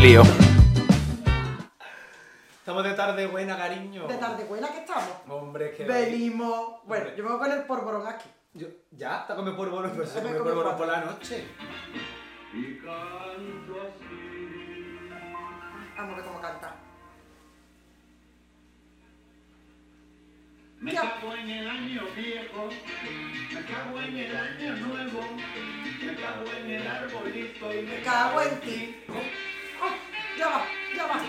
frío. Estamos de tarde buena, cariño. De tarde buena que estamos. Hombre, que. Venimos. Bueno, Hombre. yo me voy a poner porborón aquí. Yo- ya, está comiendo polvorón, pero se Me come come polvorón pues, por polvo. la noche. Y canto así. Vamos a ver cómo canta. Me Ya. cago en el año viejo, me cago en el año nuevo, me cago en el arbolito y me Me cago en ti. Oh, ya va, ya va.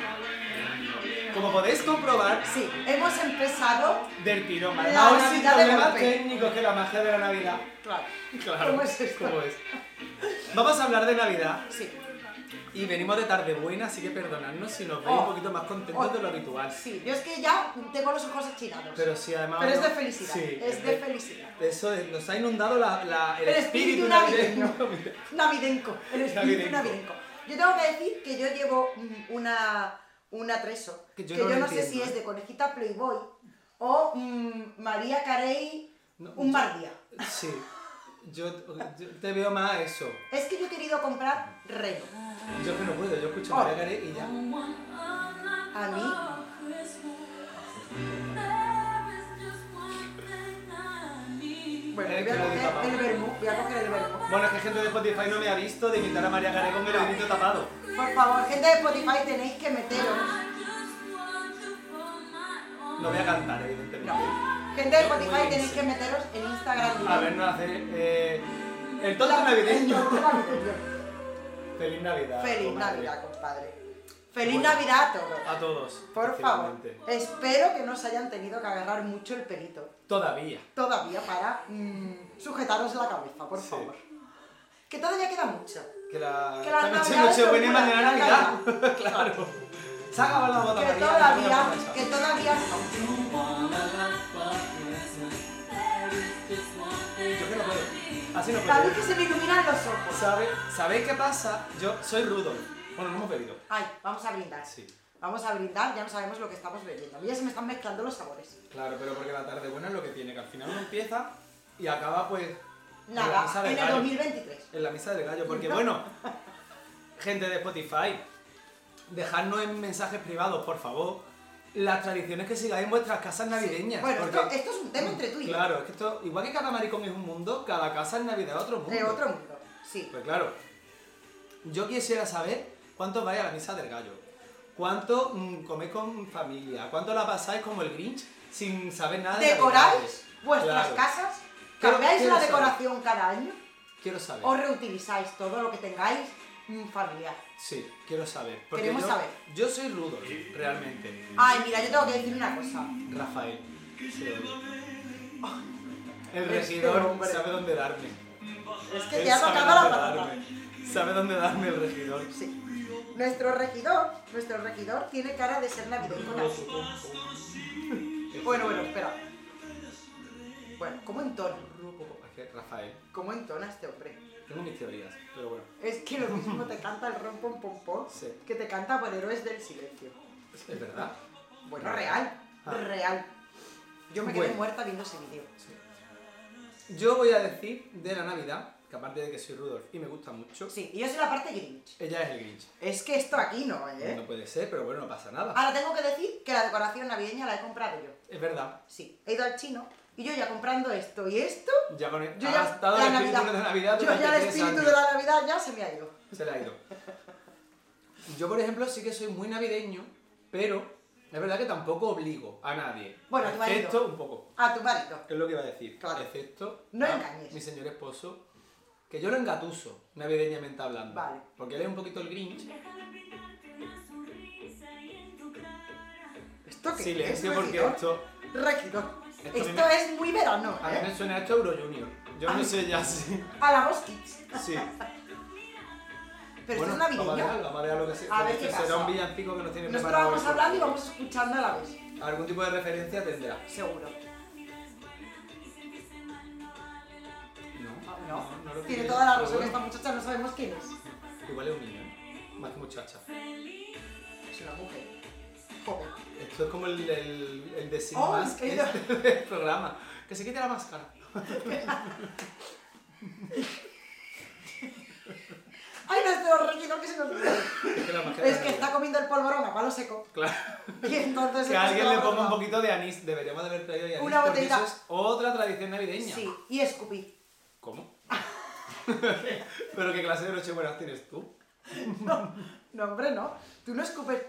Como podéis comprobar, Sí, hemos empezado. del tirón. La Además, sin Navidad de problemas golpe. técnicos que la magia de la Navidad. Claro. Claro. ¿Cómo es esto? ¿Cómo es? Vamos a hablar de Navidad Sí, y venimos de tarde buena, así que perdonadnos si nos veis Oh. un poquito más contentos Oh. de lo habitual. sí. Yo es que ya tengo los ojos achinados. Pero sí, además. Pero es de ¿no? felicidad. Sí, Es de felicidad. Eso es, nos ha inundado la, la- el, El espíritu navideño. Navidenco. El Navidenco. espíritu navidenco. Yo tengo que decir que yo llevo mm, una, una treso. Que Que yo yo no no, lo sé entiendo, si ¿eh? es de conejita Playboy o mm, María Carey No, un bardía. Sí. Yo, yo te veo más a eso. Es que yo he querido comprar reno. Yo que no puedo, yo escucho Oh. María Carey y ya. A mí Bueno, Eh, voy que a lo coger destapamos. el vermo, voy a coger el vermo. Bueno, es que gente de Spotify no me ha visto de imitar a María Carey con el oídito tapado. Por favor, gente de Spotify, tenéis que meteros. No voy a cantar, evidentemente. No. Gente de Spotify, tenéis que meteros en Instagram. A ver, no hace. eh, el tonto navideño. Feliz Navidad. Feliz comadre. Navidad, compadre. Feliz Bueno. Navidad a A todos. todos. Por favor, efectivamente. espero que no os hayan tenido que agarrar mucho el pelito. Todavía. Todavía para mm, sujetaros la cabeza, por Sí. favor. Que todavía queda mucho. Que la. Que la esta noche Navidad noche es buena y buena, mañana la Navidad. Navidad. claro. Se ha acabado la bota Que María, todavía, la bota que todavía no. Yo que no puedo. Así no David puedo. que se me iluminan los ojos. ¿Sabe- ¿Sabéis qué pasa? Yo soy Rudolf. Bueno, no hemos bebido. Ay, vamos a brindar. Sí. Vamos a brindar, ya no sabemos lo que estamos bebiendo. A mí ya se me están mezclando los sabores. Claro, pero porque la tarde buena es lo que tiene, que al final uno empieza y acaba pues en la misa Nada, del en el gallo. 2023. En la misa del gallo, porque bueno, gente de Spotify, dejadnos en mensajes privados, por favor, las tradiciones que sigáis en vuestras casas navideñas. Sí. Bueno, porque- esto, esto es un tema entre tú y yo. Claro, es que esto, igual que cada maricón es un mundo, cada casa en Navidad es otro mundo. De otro mundo. Sí. Pues claro, yo quisiera saber cuántos vais a la misa del gallo, cuánto mm, coméis con familia, cuánto la pasáis como el Grinch sin saber nada de Decoráis Navidades. vuestras Claro, casas, Quiero- cambiáis quiero la saber. decoración cada año Quiero saber. o reutilizáis todo lo que tengáis mm, familiar. Sí, quiero saber. porque Queremos yo, saber. Yo soy Rudolf, realmente. Ay, mira, yo tengo que decir una cosa. Rafael. se oye. El Este regidor hombre. sabe dónde darme. Es que Él te ha sabe tocado dónde la patata. darme. Sabe dónde darme el regidor. Sí. Nuestro regidor, nuestro regidor tiene cara de ser navideño nacido. Bueno, bueno, espera. Bueno, ¿cómo entona? Es que, Rafael, ¿Cómo entona este hombre? tengo mis teorías, pero bueno. Es que lo mismo te canta el ron pom pom pom Sí. que te canta por héroes del silencio. Es verdad. Bueno, real, Ah. real. Yo me quedé Bueno. muerta viendo ese vídeo. Yo voy a decir de la Navidad, que aparte de que soy Rudolf y me gusta mucho, Sí, y yo soy la parte Grinch. ella es el Grinch. Es que esto aquí no, ¿eh? Ah. No puede ser, pero bueno, no pasa nada. Ahora tengo que decir que la decoración navideña la he comprado yo. Es verdad. Sí, he ido al chino y yo ya comprando esto y esto, Ya con yo ha ya gastado el espíritu de la Navidad yo durante ya el tres espíritu años. de la Navidad ya se me ha ido. Se le ha ido. Yo, por ejemplo, sí que soy muy navideño, pero es verdad que tampoco obligo a nadie. Bueno, tú has ido. excepto un poco. A tu marido. Es lo que iba a decir. Claro. Excepto No a engañes. mi señor esposo, que yo lo engatuso, navideñamente hablando. Vale. Porque él es un poquito el Grinch. ¿Esto qué Silencio, es? porque regidor? esto. Regidor. Esto a mí Esto me- es muy verano, A mí ¿eh? me suena esto a Euro Junior. Yo no Ay. sé ya si. A la voz kids. Sí. Pero bueno, esto es Vamos a navideño. dejarlo, vamos a dejarlo que se- A ver que qué será pasa. un villancico que nos tiene Nosotros preparado vamos esto. hablando y vamos escuchando a la vez, Algún tipo de referencia tendrá. seguro. No, Ah, No, no lo tiene tiene. toda la Pero razón bueno. esta muchacha, no sabemos quién es. Igual es un niño, ¿eh? más que muchacha. Es una mujer. Joven. Esto es como el, el, el de Sin Oh, Mask, he este ido. del programa. Que se quite la máscara. ¡Ay, nuestro regidor que se nos Es que, la magia de Es que la está Navidad. comiendo el polvorón a palo seco. Claro. Y entonces... Que está alguien le ponga un todo poquito de anís. Deberíamos de haber traído ya anís. Una porque botella. eso es otra tradición navideña. Sí, y escupí. ¿Cómo? Pero qué clase de noche buenas tienes tú. No, hombre, no. Tú no escupes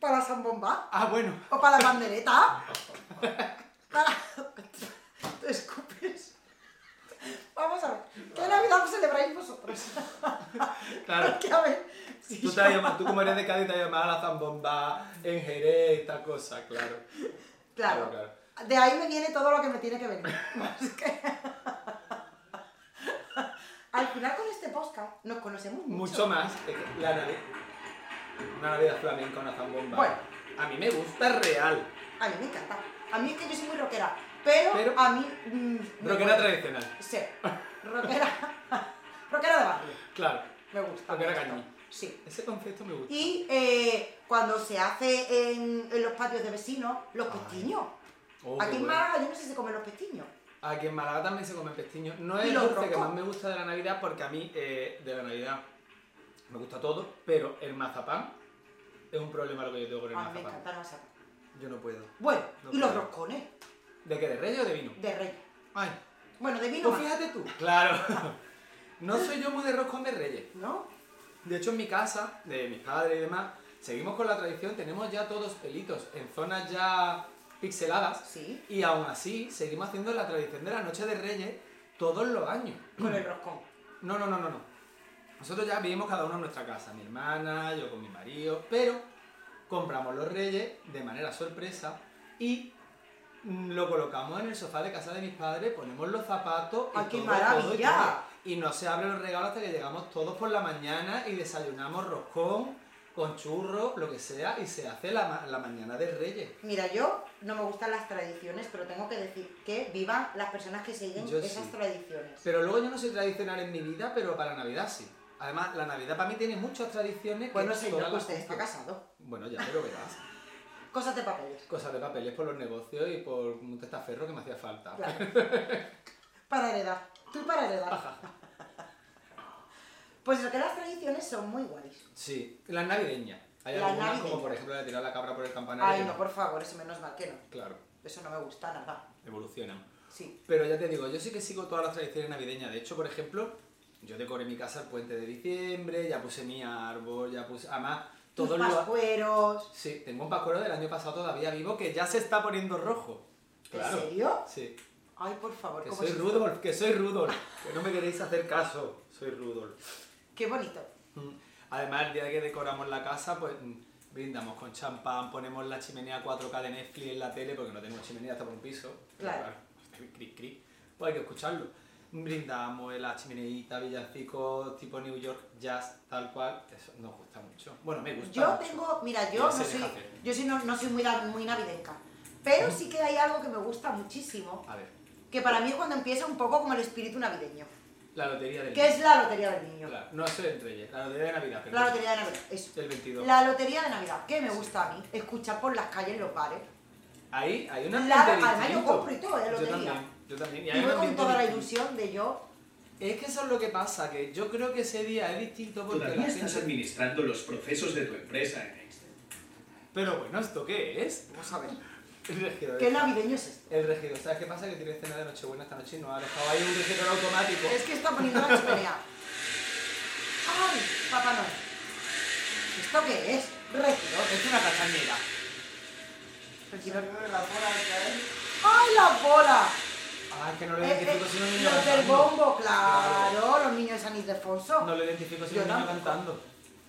para la zambomba Ah, bueno. o para la bandereta. Para... Tú escupes. Vamos a ver. ¿Qué Navidad celebráis vosotros? Claro. Que a ver... si Tú, te yo- has llamado- tú como eres de Cádiz te has llamado a la zambomba, en Jerez, esta cosa, claro. Claro. De ahí me viene todo lo que me tiene que venir. Es que- Al final con este podcast nos conocemos mucho. Mucho más. es que La Navidad. Una Navidad flamenca, una zambomba. Bueno. A mí me gusta real. A mí me encanta. A mí es que yo soy muy rockera. Pero, Pero- a mí... mm, me Rockera gusta. tradicional. Sí. Rockera... rockera de barrio. Claro. Me gusta. Rockera me gusta. cañí. Sí. Ese concepto me gusta. Y eh, cuando se hace en, en los patios de vecinos, los Ay, pestiños. Oh, qué Aquí en bueno. Málaga yo no sé si se comen los pestiños. Aquí en Málaga también se comen pestiños. No ¿Y es el los dulce que roscos? más me gusta de la Navidad porque a mí, eh, de la Navidad, me gusta todo, pero el mazapán es un problema lo que yo tengo con el A mí Ah, me mazapán. encantan las zapas. Yo no puedo. Bueno, No y los puedo. roscones ¿De qué? ¿De reyes o de vino? de rey. Ay, Bueno, de vino pues más. fíjate tú. Claro. No soy yo muy de roscón de reyes. ¿No? De hecho, en mi casa, de mis padres y demás, seguimos con la tradición, tenemos ya todos pelitos en zonas ya pixeladas Sí, y aún así seguimos haciendo la tradición de la Noche de Reyes todos los años. con el roscón. No, no, no, no, no. Nosotros ya vivimos cada uno en nuestra casa, mi hermana, yo con mi marido, pero compramos los reyes de manera sorpresa y mm, lo colocamos en el sofá de casa de mis padres, ponemos los zapatos y ¡Ay, ¡Ah, qué todo, todo y maravilla! todo. Y no se abren los regalos hasta que llegamos todos por la mañana y desayunamos roscón, con churro, lo que sea, y se hace la, ma- la mañana de reyes. Mira, yo no me gustan las tradiciones, pero tengo que decir que vivan las personas que siguen Yo esas sí. tradiciones. Pero luego yo no soy tradicional en mi vida, pero para Navidad sí. Además, la Navidad para mí tiene muchas tradiciones. que Bueno, todas señor, que las usted está cumplo. casado. Bueno, ya, pero verás. Cosas de papeles. Cosas de papeles por los negocios y por un testaferro que me hacía falta. Claro. para heredar. Tú para heredar. pues lo que las tradiciones son muy guays. Sí, las navideñas. Hay Las algunas, navideñas. como por ejemplo la de tirar la cabra por el campanario. Ay, que no, no. por favor, eso menos mal que no. Claro, Eso no me gusta nada. evolucionan. Sí. Pero ya te digo, yo sí que sigo todas las tradiciones navideñas. De hecho, por ejemplo, yo decoré mi casa el puente de diciembre, ya puse mi árbol, ya puse. Además, todos Tus los. pascueros. Sí, tengo un pascuero del año pasado todavía vivo que ya se está poniendo rojo. Claro. ¿En serio? Sí. Ay, por favor, Que ¿cómo soy es esto? Rudolf, que soy Rudolf. Que no me queréis hacer caso. Soy Rudolf. Qué bonito. Mm. Además, el día que decoramos la casa, pues mm, brindamos con champán, ponemos la chimenea 4K de Netflix en la tele, porque no tenemos chimenea hasta por un piso. pero Claro. cric, cric, pues hay que escucharlo. Brindamos en la chimeneita, villancicos, tipo New York, jazz, tal cual. Eso nos gusta mucho. Bueno, me gusta Yo mucho. tengo, mira, yo Ya no se soy, deja hacer. yo soy, no, no soy muy, da- muy navideña, pero sí que hay algo que me gusta muchísimo, A ver, que para mí es cuando empieza un poco como el espíritu navideño, la lotería del que es la lotería del niño. Claro, no soy el Reyes, la lotería de Navidad. perdón. La lotería de Navidad, eso. El 22. La lotería de Navidad, que me gusta a mí, escuchar por las calles, en los bares. Ahí hay una La- ambiente además yo distinto. compro y todo, ¿eh? Yo Lotería. también, yo también. hay Y un voy con ambiente toda la distinto. ilusión de yo, Es que eso es lo que pasa, que yo creo que ese día es distinto porque Todavía la estás gente- administrando los procesos de tu empresa en Einstein. Pero bueno, ¿esto qué es? vamos a ver, El regidor. ¿qué navideño es este. esto? El regidor, ¿sabes qué pasa? Que tiene cena de Nochebuena esta noche y nos ha dejado ahí un regidor automático. Es que está poniendo la chimenea. ¡Ay, papá Noel! ¿Esto qué es? Regidor. Es una castañera. Regidor. de la bola que ¡Ay, la bola! Ah, es que no lo Eh, eh, identifico sin un niño los del cantando. bombo, claro, los niños de San Ildefonso. No lo identifico sin Yo un niño tampoco. cantando.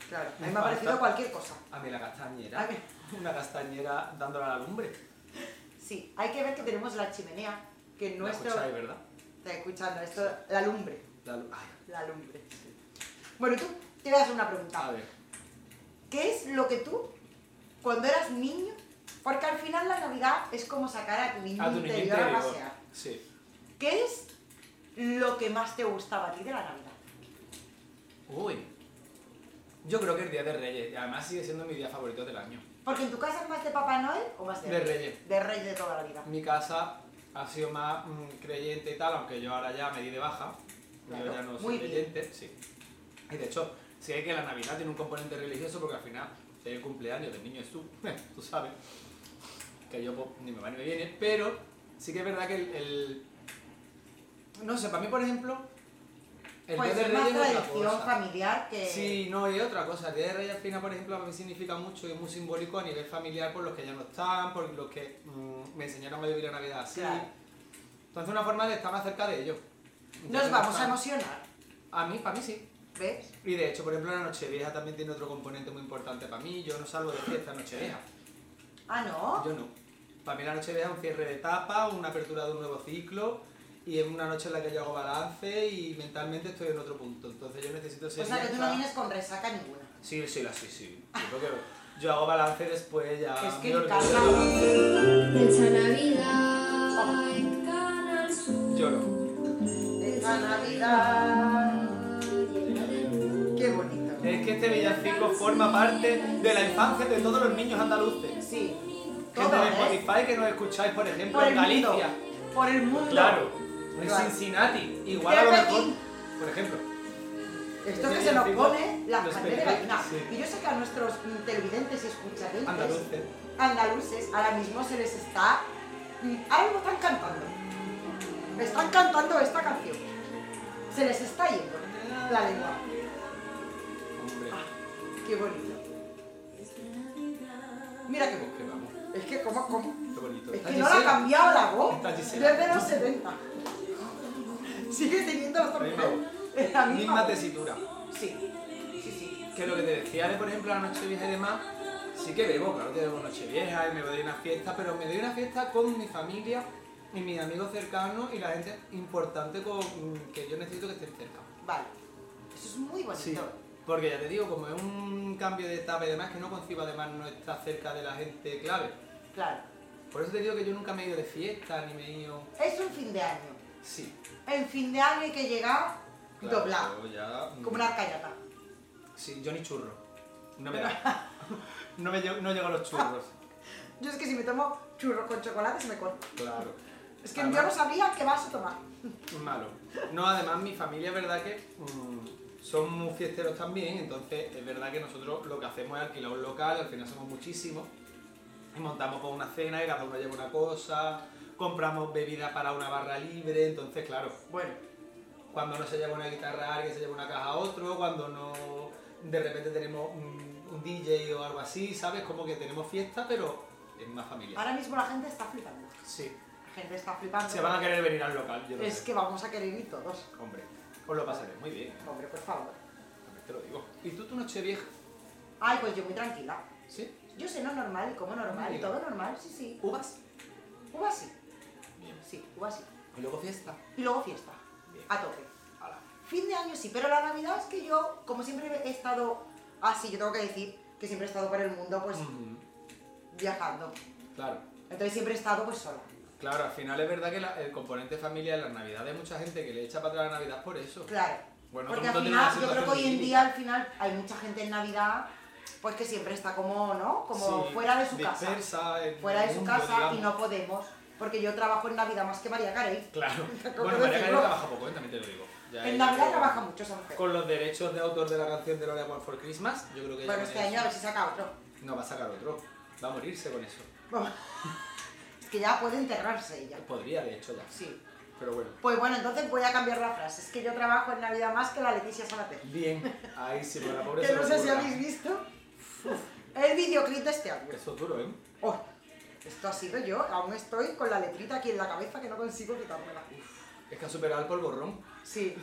Claro, a mí Me me ha parecido falta. cualquier cosa. A mí la castañera. A mí- Una castañera dándole a la lumbre. Sí, hay que ver que tenemos la chimenea, que No nuestro... escucháis, ¿verdad? Está escuchando, esto, la lumbre, La lu- Ay, la lumbre. Bueno, tú, te voy a hacer una pregunta. a ver. ¿Qué es lo que tú, cuando eras niño, porque al final la Navidad es como sacar a tu niño A tu niño interior a interior. pasear. Sí. ¿Qué es lo que más te gustaba a ti de la Navidad? Uy. Yo creo que el Día de Reyes. Y además sigue siendo mi día favorito del año. Porque en tu casa es más de Papá Noel o más de, De Reyes. De Reyes de toda la vida. Mi casa ha sido más mm, creyente y tal, aunque yo ahora ya me di de baja. Claro, Yo ya no soy muy bien. creyente, sí. Y de hecho, si hay que la Navidad tiene un componente religioso porque al final es el cumpleaños del niño Jesús, tú sabes, que yo pues, ni me va ni me viene, pero sí que es verdad que el... el- No sé, para mí, por ejemplo, el Pues Día de es más Reyes es otra tradición cosa. familiar que... Sí, no, y otra cosa, el Día de Reyes al final, por ejemplo, a mí significa mucho y es muy simbólico a nivel familiar por los que ya no están, por los que mm, me enseñaron a vivir la Navidad así. Claro. Entonces, una forma de estar más cerca de ellos. Nos Entonces, vamos a están- emocionar, A mí, para mí sí. ¿ves? Y de hecho, por ejemplo, la Nochevieja también tiene otro componente muy importante para mí. Yo no salgo de fiesta en Nochevieja. Ah, ¿no? Yo no. Para mí la noche es un cierre de etapa, una apertura de un nuevo ciclo y es una noche en la que yo hago balance y mentalmente estoy en otro punto. Entonces yo necesito ser... o sea, que tú no esta- vienes con resaca ninguna. Sí, sí, la, sí, sí. Yo, creo que yo hago balance después ya... es que me en ordeno. casa... Esta Navidad en Canal Sur. Lloro. Esta Navidad... llena de luz. Qué bonito. Es que este villancico forma parte de la infancia de todos los niños andaluces. Sí. Gente Todo, de ¿eh? Spotify que nos escucháis, por ejemplo, Por el en Galicia. mundo. Por el mundo. Claro. En Claro. Cincinnati. Igual a lo Pero mejor. aquí- Por ejemplo. Esto que se nos pone la Los carne de periódicos, gallina. sí. Y yo sé que a nuestros mm, televidentes y escuchadores Andaluces. andaluces ahora mismo se les está... mm, Algo están cantando. Están cantando esta canción. Se les está yendo la lengua. Hombre. Qué bonito. Mira qué Es que vamos. bonito. Es que como, como... Qué bonito. Es Está que no la ha Gisela. cambiado la voz Está Gisela. desde los 70. Sigue teniendo los misma torpedos. La Misma voz. tesitura. Sí, sí, sí. Que lo que te decía de, por ejemplo, la noche vieja y demás, sí que bebo, claro que bebo noche vieja y me doy una fiesta, pero me doy una fiesta con mi familia y mis amigos cercanos y la gente importante con, que yo necesito que estén cerca. Vale. Eso es muy bonito. Sí, porque ya te digo, como es un cambio de etapa y demás, que no concibo además no estar cerca de la gente clave. Claro. Por eso te digo que yo nunca me he ido de fiesta ni me he ido. Es un fin de año. Sí. En fin de año hay que llegar claro, doblado. yo ya- mm, Como una callata. Sí, yo ni churro. No me da. No, me llevo, no llego a los churros. Yo es que si me tomo churros con chocolate se me corta. Claro. Es que yo Además- no sabía qué vas a tomar. Malo. No, además mi familia es verdad que mm, son muy fiesteros también, entonces es verdad que nosotros lo que hacemos es alquilar un local, al final somos muchísimos, y montamos con una cena y cada uno lleva una cosa, compramos bebida para una barra libre, entonces claro, Bueno, cuando no se lleva una guitarra a alguien se lleva una caja a otro, cuando no de repente tenemos un, un DJ o algo así, ¿sabes? Como que tenemos fiesta, pero es más familiar. ahora mismo la gente está flipando. Sí. La gente está flipando. Se van a querer venir al local, yo lo Es sé. que vamos a querer ir todos. Hombre, os lo pasaréis muy bien. Hombre, por favor. También te lo digo. ¿Y tú tu noche vieja? Ay, pues yo muy tranquila. ¿Sí? Yo sé no normal, como Ah, normal, Amiga. todo normal, sí, sí. ¿Uvas? Uva sí, Bien. sí, uva sí. ¿Y luego fiesta? Y luego fiesta, Bien. a tope. Ala. Fin de año sí, pero la Navidad es que yo, como siempre he estado así, yo tengo que decir que siempre he estado por el mundo, pues Ujú. viajando. Mm, Claro. Entonces siempre he estado pues sola. Claro, al final es verdad que la- el componente familiar, las navidades, hay mucha gente que le echa para atrás la Navidad por eso. Claro. Bueno, Porque todo el mundo tiene al una final, yo creo que hoy situación en idílica. día, al final, hay mucha gente en Navidad, pues que siempre está como, ¿no? Como Sí, fuera de su casa. dispersa en Fuera de el su mundo, casa y digamos. no podemos. Porque yo trabajo en Navidad más que María Carey. Claro. bueno, Tengo que María Carey decirlo. trabaja poco, ¿eh? también te lo digo. Ya En ella Navidad creo- trabaja mucho esa mujer. Con los derechos de autor de la canción de Lola One for Christmas, yo creo que ella Bueno, con este eso- año a ver si saca otro. No va a sacar otro. Va a morirse con eso. Vamos. Es que ya puede enterrarse ella. Podría, de hecho, ya. Sí. Pero bueno. Pues bueno, entonces voy a cambiar la frase. Es que yo trabajo en Navidad más que la Leticia Sabater. Bien, ahí sí, pero la pobre Que se no le sé si ocurra. habéis visto el videoclip de este año. Eso es duro, ¿eh? Oh, esto ha sido yo. Aún estoy con la letrita aquí en la cabeza que no consigo quitármela. Es que ha superado el polvorrón. Sí.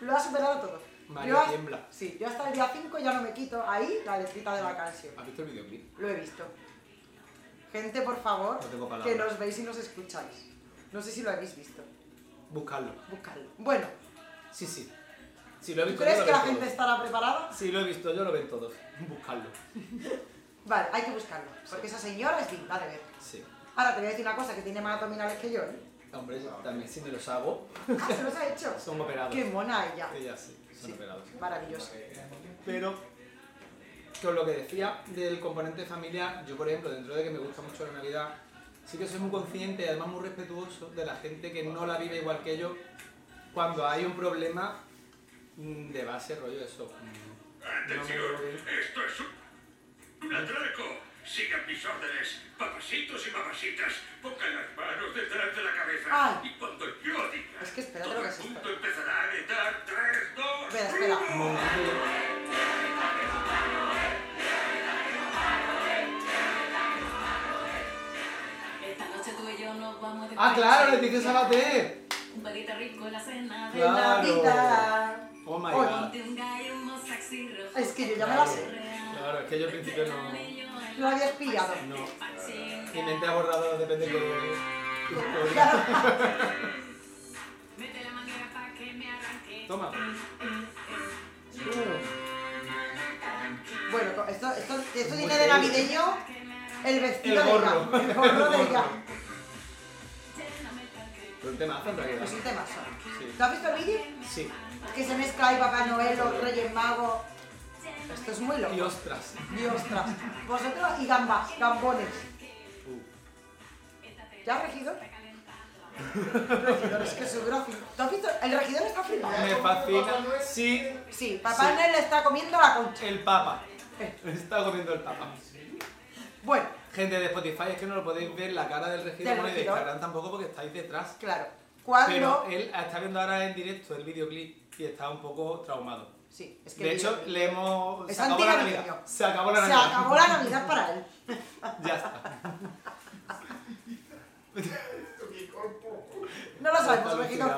Lo ha superado todo. María Yo ha- tiembla. Sí, yo hasta el día 5 ya no me quito ahí la letrita de la canción. ¿Has visto el videoclip? Lo he visto. Gente, por favor, No tengo palabras. que nos veis y nos escucháis. No sé si lo habéis visto. Buscarlo. Buscadlo. Bueno, Sí, sí. Si lo he ¿tú visto crees yo, que lo la ven gente todos. estará preparada? Si lo he visto yo, lo ven todos. Buscarlo. Vale, hay que buscarlo, porque esa señora es digna de ver. Sí. Ahora te voy a decir una cosa que tiene más abdominales que yo, ¿eh? Hombre, yo también si me los hago, Ah, se los ha hecho. son operados. Qué mona ella. Ellas sí, son Sí, operados. Maravilloso. Pero, con lo que decía del componente familiar, yo por ejemplo, dentro de que me gusta mucho la Navidad, sí que soy muy consciente y además muy respetuoso de la gente que no la vive igual que yo cuando hay un problema mm, de base, rollo de software. Atención, esto es un, un atraco. Sigan mis órdenes, papacitos y mamacitas. Pongan las manos detrás de la cabeza. Ay. Y cuando yo diga, Es que espérate todo lo que el se mundo espera. empezará a gritar 3, 2, Espera, espera. Esta noche tú y yo nos vamos de ¡Ah, claro! fiesta. ¡Leticia Sabater! Un palito rico en la cena de Claro. Navidad. ¡Oh, my Oye. God! Ponte un gallo, unos sexy rojos. Es que yo ya me la sé. Claro, es que yo al principio no... Lo habías pillado. No. Mi mente ha borrado, depende de tu historia. Claro. Mete la manguera pa' que me arranque. Toma. Bueno, co- esto, esto, esto tiene de navideño el vestido El gorro. de ella. El gorro de ella. Pero un temazo en realidad. Es un temazo. Sí. ¿Tú has visto el vídeo? Sí. Que se mezcla ahí Papá Noel, los Reyes Magos. Esto es muy Y loco. ostras. Y ostras. Vosotros y gambas, gambones. Uh. ¿Ya regidor? regidor, es que su gráfico. ¿Tú has visto? El regidor está Me flipando. fascina. Sí, Sí, Papá Noel le está comiendo la concha. el papa. Está comiendo el papa. Bueno, Gente de Spotify, es que no lo podéis ver la cara del regidor Del bueno, y de regidor. Ah, Instagram tampoco porque estáis detrás. claro. Cuando. Pero eh, él está viendo ahora en directo el videoclip y está un poco traumado. Sí, es que. De el hecho, vídeo- le hemos... Es Se acabó la antinavideño. Navidad. Se acabó la se Navidad. acabó la Navidad para él. Ya está. Mi cuerpo. No lo sabemos, Está regidor.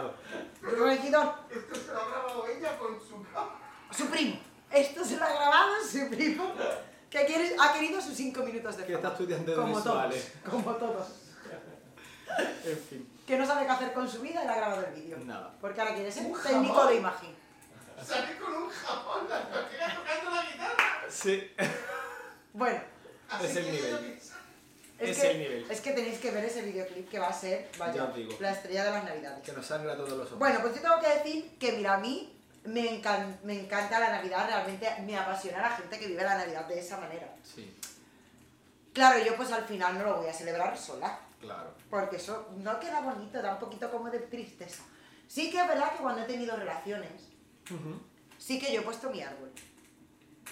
alucinado. Regidor, Esto se lo ha grabado ella con su cámara. su primo. Esto se lo ha grabado su primo, que quiere- ha querido sus cinco minutos de Que fama. está estudiando Como todos, audiovisuales. como todos. En fin. Que no sabe qué hacer con su vida y le ha grabado el vídeo. Nada. Porque ahora quiere ser Un técnico jamón. de imagen. Sale con un jamón, la tía tocando la guitarra. Sí. Bueno, Así Es el que nivel. yo que- es, Es que, el nivel. es que tenéis que ver ese videoclip que va a ser, Ya vaya, os digo. la estrella de las navidades. Que nos sangra todos los ojos. Bueno, pues yo tengo que decir que, mira, a mí me, encan- me encanta la Navidad, realmente me apasiona la gente que vive la Navidad de esa manera. Sí, Claro, yo pues al final no lo voy a celebrar sola, claro. porque eso no queda bonito, da un poquito como de tristeza. Sí que es verdad que cuando he tenido relaciones, sí que yo he puesto mi árbol.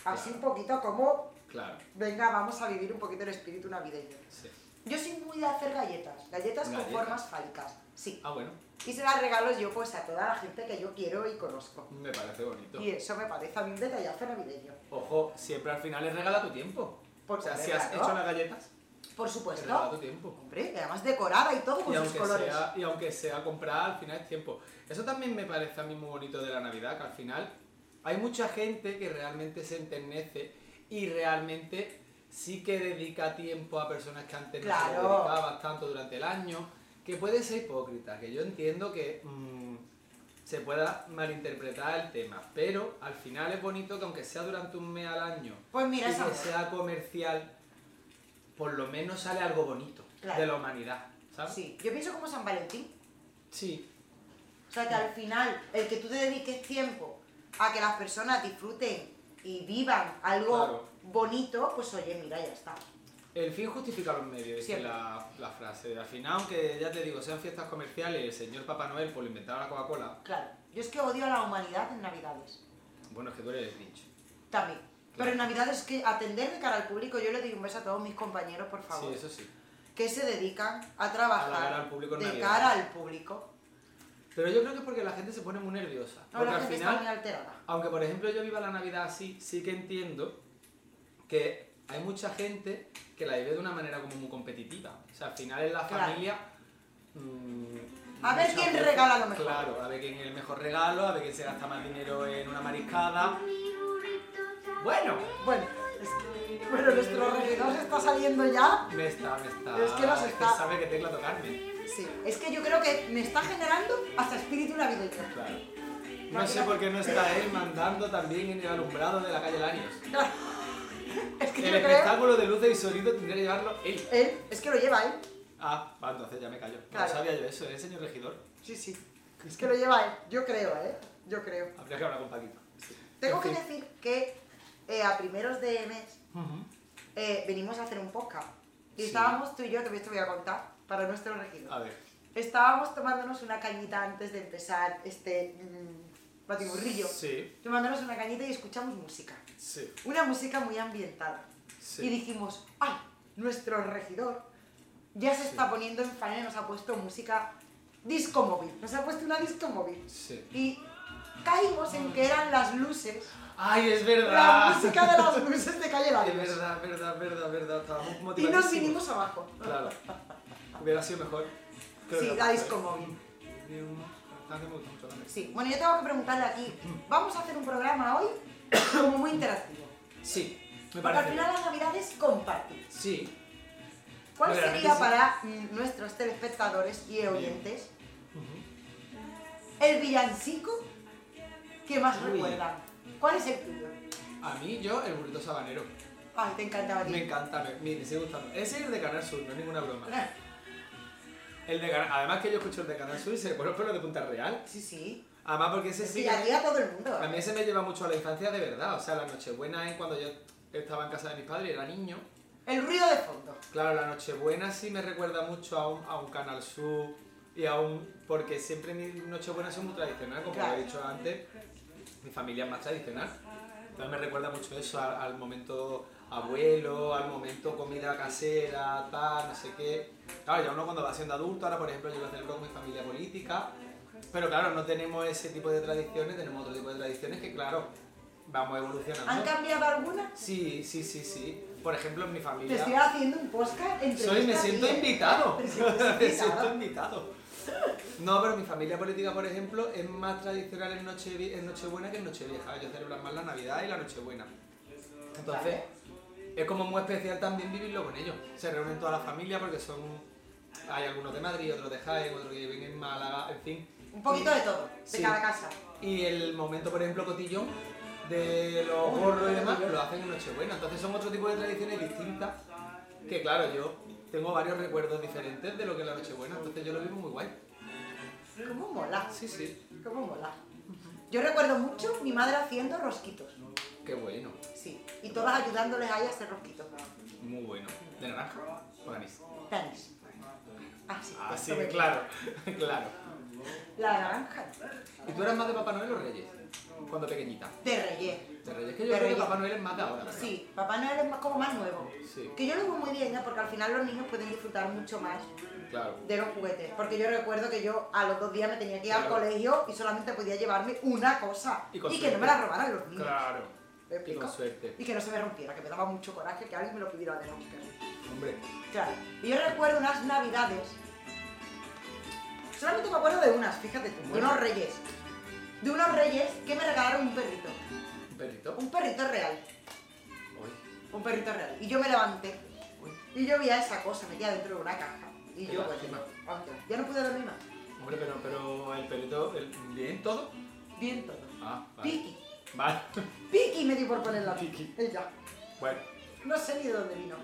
Así Claro. un poquito como, Claro. venga, vamos a vivir un poquito el espíritu navideño. Sí. Yo soy muy de hacer galletas, galletas con Galletas. formas fálicas, sí. Ah, bueno. Y se las regalo yo pues a toda la gente que yo quiero y conozco. Me parece bonito. Y eso me parece a mí un detallazo navideño. Ojo, siempre al final les regala tu tiempo. Por o sea, comer, si has claro. hecho las galletas, Por les regala tu supuesto. tiempo. Hombre, y además decorada y todo con Y sus aunque, colores. sea, y aunque sea comprar, al final es tiempo. Eso también me parece a mí muy bonito de la Navidad, que al final hay mucha gente que realmente se enternece y realmente sí que dedica tiempo a personas que antes no se Claro. lo dedicabas tanto durante el año, que puede ser hipócrita, que yo entiendo que mm, se pueda malinterpretar el tema, pero al final es bonito que aunque sea durante un mes al año, Pues mira, y esa que sea comercial, por lo menos sale algo bonito Claro. de la humanidad, ¿sabes? Sí, yo pienso como San Valentín. Sí, O sea, que al final, el que tú te dediques tiempo a que las personas disfruten y vivan algo Claro. bonito, pues oye, mira, ya está. el fin justifica los medios, dice Siempre. la, la frase. Al final, aunque ya te digo, sean fiestas comerciales, el señor Papá Noel por inventar la Coca-Cola, Claro. Yo es que odio a la humanidad en Navidades. bueno, es que tú eres el pinche. También. Pero Claro. en Navidades es que atender de cara al público, yo le doy un beso a todos mis compañeros, por favor. Sí, eso sí. que se dedican a trabajar A la cara al público en de Navidad. cara al público. Pero yo creo que es porque la gente se pone muy nerviosa. Ahora Porque la al gente final, está muy alterada. aunque por ejemplo yo viva la Navidad así, sí que entiendo que hay mucha gente que la vive de una manera como muy competitiva. O sea, al final en la Claro. familia... mm, A ver muchas quién regala lo mejor. Claro, a ver quién es el mejor regalo, a ver quién se gasta más dinero en una mariscada. Bueno, Bueno, es que, bueno, nuestro regidor se está saliendo ya. me está, me está. Es que nos está- sabe que tecla tocarme. Sí, es que yo creo que me está generando hasta espíritu navideño. Claro. No sé por qué no está él mandando también en el alumbrado de la calle Larios. Es que El yo creo espectáculo de luces y sonido tendría que llevarlo él. él, es que lo lleva él. Ah, va, entonces ya me callo. Claro. No sabía yo eso, ¿eh, señor regidor? Sí, sí. Es que lo lleva él. Yo creo, ¿eh? Yo creo. Habría que hablar con Paquito. Sí. Tengo En que fin. decir que eh, a primeros de mes Ujú. eh, venimos a hacer un podcast. Y Sí. Ah. estábamos tú y yo, que esto voy a contar, para nuestro regidor. A ver, Estábamos tomándonos una cañita antes de empezar este mm, batiburrillo. Sí, Tomándonos una cañita y escuchamos música. sí, Una música muy ambientada. sí. Y dijimos, ¡ay! Nuestro regidor ya se está poniendo en faena, nos ha puesto música disco móvil. Nos ha puesto una disco móvil. sí. Y caímos en que eran las luces, ¡Ay, es la verdad! música de las luces de Calle Ah. Es Labios. verdad, verdad, verdad, verdad. Estábamos Y motivadísimos. nos vinimos abajo. Claro. Hubiera sido mejor. Creo Sí, que- la disco móvil. Ah, que me gusta mucho la música. Sí, bueno, yo tengo que preguntarle aquí. Vamos a hacer un programa hoy como muy interactivo. Sí, me Porque al parece. final las navidades compartir. Sí, ¿Cuál Muy bien, sería sí. para mm, nuestros telespectadores y oyentes el villancico que más Uy. recuerdan? ¿Cuál es el tuyo? a mí yo el burrito sabanero. Ay, te encantaba a ti. Me encanta, me, me- me sigue gustando. Ese es el de Canal Sur, no es ninguna broma. El de Canal- además que yo escucho el de Canal Sur y se me ponen los pelos de punta real. Sí, sí. Además porque ese sí... Y aquí a todo el mundo. A mí ese me lleva mucho a la infancia de verdad. O sea, la Nochebuena es cuando yo estaba en casa de mis padres y era niño. El ruido de fondo. Claro, la Nochebuena sí me recuerda mucho a un, a un Canal Sur y a un... Porque siempre mi Nochebuena es muy tradicional, como Claro. lo he dicho antes. Mi familia es más tradicional. Entonces me recuerda mucho eso, al, al momento abuelo, al momento comida casera, tal, no sé qué. Claro, ya uno cuando va siendo adulto, ahora por ejemplo yo lo celebro con mi familia política. Pero claro, no tenemos ese tipo de tradiciones, tenemos otro tipo de tradiciones que claro, vamos evolucionando. ¿Han cambiado alguna? Sí, sí, sí, sí. Por ejemplo, en mi familia... Te estoy haciendo un podcast entre Soy, me siento invitado. Te sientes me invitado. siento invitado. No, pero mi familia política, por ejemplo, es más tradicional en, noche, en Nochebuena que en Nochevieja. Ellos celebran más la Navidad y la Nochebuena. Entonces, es como muy especial también vivirlo con ellos. Se reúnen toda la familia porque son. Hay algunos de Madrid, otros de Jaén, otros que viven en Málaga, en fin. Un poquito de todo, de Sí. cada casa. Y el momento, por ejemplo, cotillón de los Uy, gorros y demás, cotillón. lo hacen en Nochebuena. Entonces son otro tipo de tradiciones distintas. Que claro, yo tengo varios recuerdos diferentes de lo que es la Nochebuena, entonces yo lo vivo muy guay. ¿Cómo mola? Sí, sí. ¿Cómo mola? Yo recuerdo mucho mi madre haciendo rosquitos. Qué bueno. Sí. Y todas ayudándoles ahí a hacer rosquitos. Muy bueno. ¿De naranja? O de anís. Tanis. Ah, sí. Ah, esto sí, me- claro. claro. La naranja. ¿Y tú eras más de Papá Noel o Reyes? Cuando pequeñita. De Reyes. De Reyes, que yo creo que De Reyes. Papá Noel es más de ahora. ¿verdad? Sí, Papá Noel es más- como más nuevo. Sí, Que yo lo veo muy bien, ¿no? porque al final los niños pueden disfrutar mucho más claro. de los juguetes. Porque yo recuerdo que yo a los dos días me tenía que ir al Claro. colegio y solamente podía llevarme una cosa. Y Y, con que no me suerte. la robaran los niños. Claro. ¿Me Y explico? con suerte. Y que no se me rompiera, que me daba mucho coraje que alguien me lo pidiera de rosca. Hombre. Claro. Y yo recuerdo unas navidades. Solamente me acuerdo de unas, fíjate tú, de Bueno. unos reyes. De unos reyes que me regalaron un perrito. ¿Un perrito? Un perrito real. Uy. Un perrito real. Y yo me levanté. Y yo vi a esa cosa metida dentro de una caja. Y Qué yo, lástima. bueno, ostras, ya no pude dormir más. Hombre, pero, pero el perrito, el... ¿bien todo? Bien todo. Ah, vale. Piki. Vale. Piki me dio por ponerla. Piki. Ella. Bueno, No sé ni de dónde vino.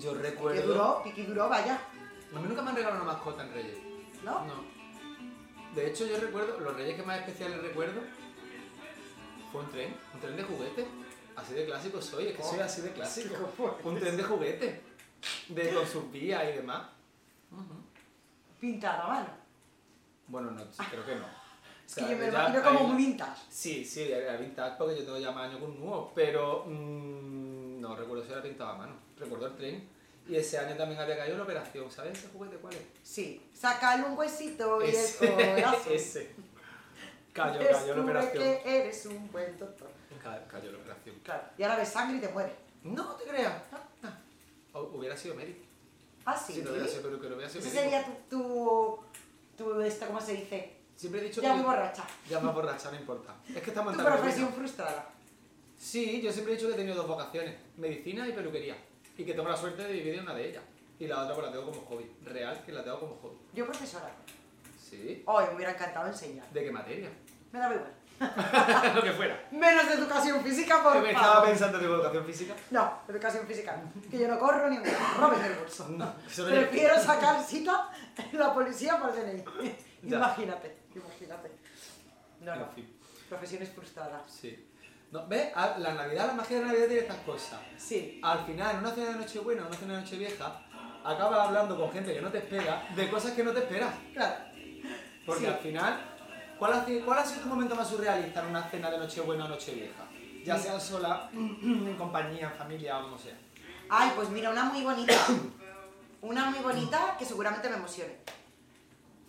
yo Que recuerdo... duró, Piki duró, vaya. A mí nunca me han regalado una mascota en Reyes. ¿No? No. De hecho, yo recuerdo, los reyes que más especiales recuerdo fue un tren, un tren de juguete. Así de clásico soy, es que Oh, soy así de clásico. Un tren de juguete, de, con sus vías y demás. Pintada a mano. Bueno, no, sí, creo que no. O Es sea, que yo me ya imagino como hay- muy vintage. Sí, sí, era vintage porque yo tengo ya más años con nuevo, pero mm, no recuerdo si era pintado a mano. Recuerdo el tren. Y ese año también había caído la operación. ¿Sabes ese juguete cuál es? Sí, sacarle un huesito y el corazón. Ese. ese. Cayó, cayó la Descubre operación. que eres un buen doctor. Ca- Cayó la operación. Claro. Y ahora ves sangre y te mueres. No te creas. Ah, O- Hubiera sido médico. Ah, sí. Si no hubiera sido peluquero, hubiera sido Ese médico. sería tu, tu, tu esta, ¿cómo se dice? Siempre he dicho Ya que. muy borracha. Ya más borracha, no importa. Es que estamos Tu en tarde profesión buena. frustrada. Sí, yo siempre he dicho que he tenido dos vocaciones: medicina y peluquería. Y que tengo la suerte de vivir en una de ellas. Y la otra pues la tengo como hobby. Real que la tengo como hobby. Yo profesora. Sí. Hoy me hubiera encantado enseñar. ¿De qué materia? Me daba igual. Lo que fuera. Menos de educación física, por Me estaba favor. pensando en educación física. No, educación física. no. Que yo no corro ni me robes el bolso. No, eso no es- Prefiero sacar cita en la policía por DNI. Ya. imagínate, imagínate. No, no. En fin, Profesiones frustradas. sí. No, ¿Ves? Ah, La Navidad, la magia de la Navidad tiene estas cosas. Sí. Al final, en una cena de Nochebuena, en una cena de Nochevieja, acabas hablando con gente que no te espera de cosas que no te esperas. Claro. Porque Sí. al final, ¿cuál ha, sido, ¿cuál ha sido tu momento más surrealista en una cena de Nochebuena o Nochevieja? Ya sea sola, en compañía, en familia o como sea. Ay, pues mira, una muy bonita. Una muy bonita que seguramente me emocione.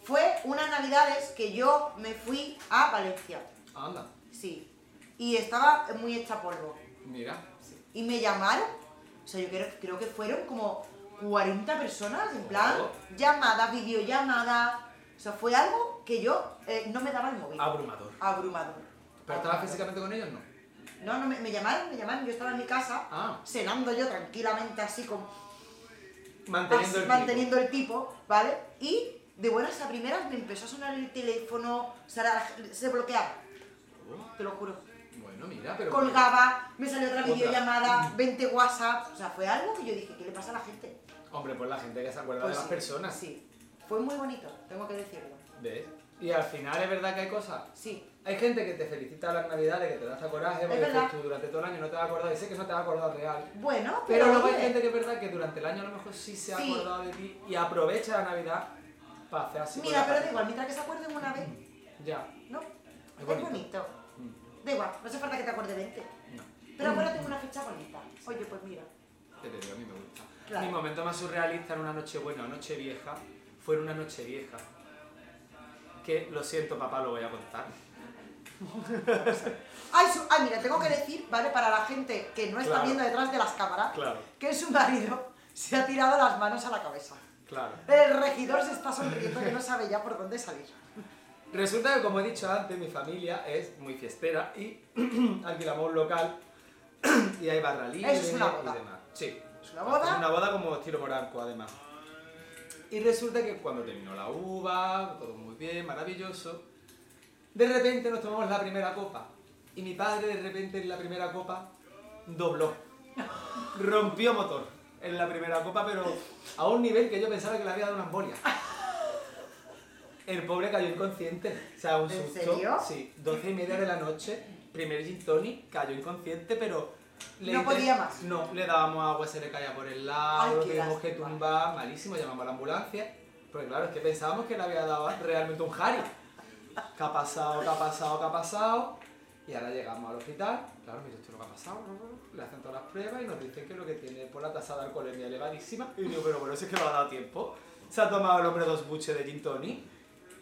Fue unas navidades que yo me fui a Valencia. Anda, Sí. Y estaba muy hecha polvo. mira. Y me llamaron, o sea, yo creo, creo que fueron como 40 personas, en plan, llamadas, videollamadas. O sea, fue algo que yo eh, no me daba el móvil. Abrumador. Abrumador. Ah. ¿Pero estabas físicamente con ellos no? No, no, me, me llamaron, me llamaron, yo estaba en mi casa, Ah. cenando yo tranquilamente, así como Manteniendo así, el manteniendo el tipo, ¿vale? Y de buenas a primeras me empezó a sonar el teléfono, o sea, la- se bloqueaba, te lo juro. tipo. Bueno, mira, pero... Colgaba, me salió otra Otra. videollamada, 20 WhatsApp, o sea, fue algo que yo dije, ¿qué le pasa a la gente? Hombre, pues la gente que se acuerda Pues de las sí, personas. Sí. Fue muy bonito, tengo que decirlo. ¿Ves? Y al final es verdad que hay cosas. Sí. Hay gente que te felicita las navidades, que te da hasta coraje, porque verdad. dices tú durante todo el año no te vas a acordar, y sé que no te vas a acordar real. Bueno, pero. Pero luego hay oye, gente que es verdad que durante el año a lo mejor sí se ha Sí. acordado de ti y aprovecha la Navidad para hacer así. Mira, con la pero da cabeza. igual, mientras que se acuerden una vez, Ya. ¿no? Es bonito. bonito. Mm. Da igual, no hace falta que te acuerde 20. No. Pero acuérdate de una fecha bonita. Oye, pues mira. Que te digo, a mí me gusta. Claro. Mi momento más surrealista en una noche buena o noche vieja fue en una noche vieja. Que lo siento, papá, lo voy a contar. Ay, su- ay, mira, tengo que decir, ¿vale? Para la gente que no está Claro. viendo detrás de las cámaras, Claro. que su marido se ha tirado las manos a la cabeza. Claro. El regidor se está sonriendo que no sabe ya por dónde salir. Resulta que, como he dicho antes, mi familia es muy fiestera y alquilamos un local y hay barra libre Eso es una boda. y demás. Sí. Es una boda. Hacemos Una boda como estilo moranco, además. Y resulta que cuando terminó la uva, todo muy bien, maravilloso, de repente nos tomamos la primera copa. Y mi padre, de repente, en la primera copa, dobló. Rompió motor en la primera copa, pero a un nivel que yo pensaba que le había dado una embolia. El pobre cayó inconsciente. O sea, un ¿En susto. serio? Sí, 12 y media de la noche, primer gin tonic, cayó inconsciente, pero... No inter- podía más. No, le dábamos agua, se le caía por el Ay, lado, qué teníamos que lástima. tumbar, malísimo, llamamos a la ambulancia. Porque claro, es que pensábamos que le había dado realmente un Harry. ¿Qué ha pasado? ¿Qué ha pasado? ¿Qué ha pasado? Y ahora llegamos al hospital. Claro, mira, esto es lo que ha pasado. Le hacen todas las pruebas y nos dicen que lo que tiene es por la tasa de alcoholemia elevadísima. Y digo, pero bueno, si es que no ha dado tiempo. Se ha tomado el hombre dos buches de gin tonic.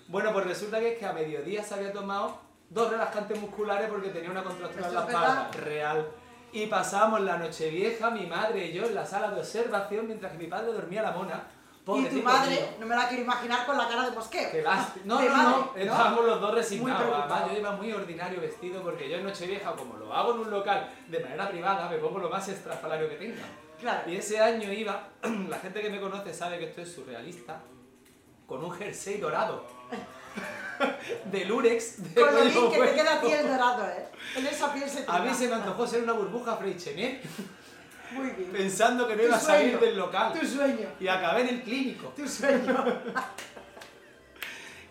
Bueno, pues resulta que es que a mediodía se había tomado dos relajantes musculares porque tenía una contractura en Eso la es verdad. espalda. Real. Y pasamos la noche vieja, mi madre y yo, en la sala de observación mientras que mi padre dormía la mona. Y tu Pobrecito mío. madre, no me la quiero imaginar con la cara de mosqueo. Qué lástima. No, De no, madre, no, estábamos los dos resignados. Muy preocupado. Además, yo iba muy ordinario vestido porque yo en Nochevieja, como lo hago en un local de manera privada, me pongo lo más estrafalario que tenga. Claro. Y ese año iba, la gente que me conoce sabe que esto es surrealista, con un jersey dorado. de lurex. De Con lo cuello bien que te vuelto. queda piel dorado, ¿eh? En esa piel se te A mí va. se me antojó ser una burbuja Freixenet Muy bien. pensando que no Tu iba a salir sueño. del local. Tu sueño. Y acabé en el clínico. Tu sueño.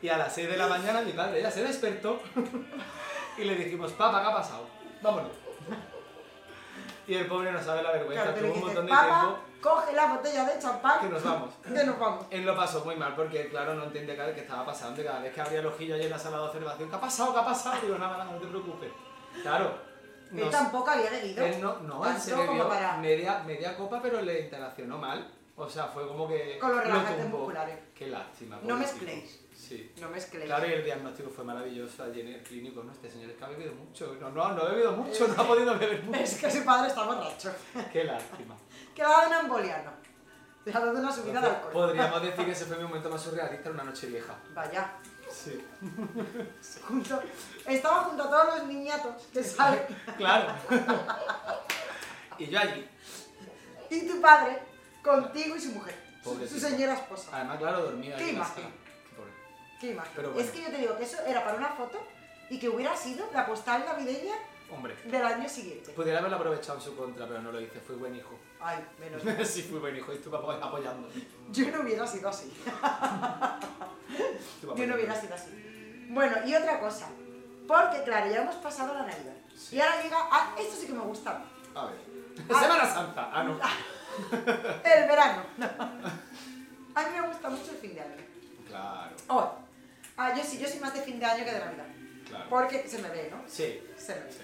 Y a las 6 de la mañana mi padre ya se despertó y le dijimos, papá, ¿qué ha pasado? Vámonos. Y el pobre no sabe la vergüenza, Claro, tú le tuvo Pues un montón dices, de papá, tiempo coge la botella de champán. que nos vamos. Que nos vamos. Él lo pasó muy mal porque, claro, no entendía cada vez que estaba pasando. y Cada vez que abría el ojillo allí en la sala de observación, ¿qué ha pasado? ¿Qué ha pasado? Digo, nada, nada, no te preocupes. Claro. Él nos- tampoco había bebido. él no, no, él Tanto se bebió como para... media, media copa, pero le interaccionó mal. O sea, fue como que. Con los lo relajantes tumbó. musculares. Qué lástima. No pobrecito. mezcléis. Sí. No mezcléis. Claro, y el diagnóstico fue maravilloso allí en el clínico, ¿no? Este señor es que ha bebido mucho. No, no, no ha bebido mucho, no ha podido beber Es mucho. que su padre está borracho. Qué lástima. Que le ha dado una embolia, no. Le ha dado una subida de Entonces, alcohol. podríamos decir que ese fue mi momento más surrealista en una noche vieja. Vaya. Sí. Junto... Estaba junto a todos los niñatos que salen. Claro. y yo allí. Y tu padre, contigo y su mujer. Su, su Pobrecito. señora esposa. Además, claro, dormía Qué ahí en la imagen. sala. Qué pobre. Qué imagen. Pero bueno. Es que yo te digo que eso era para una foto y que hubiera sido la postal navideña Hombre, del año siguiente. pudiera haberlo aprovechado en su contra, pero no lo hice. Fui buen hijo. Ay, menos mal. sí, fui buen hijo y estuve apo- apoyando. Yo no hubiera sido así. Estuve Yo no apoyando. hubiera sido así. Bueno, y otra cosa. Porque, claro, ya hemos pasado la Navidad. Y ahora llega... Ah, esto sí que me gusta. A ver. Semana Santa. Ah, no. El verano. A mí me gusta mucho el fin de año. Claro, Oh, ah, yo sí, yo soy más de fin de año que de Navidad. claro. Porque se me ve, ¿no? Sí, Se me ve. sí.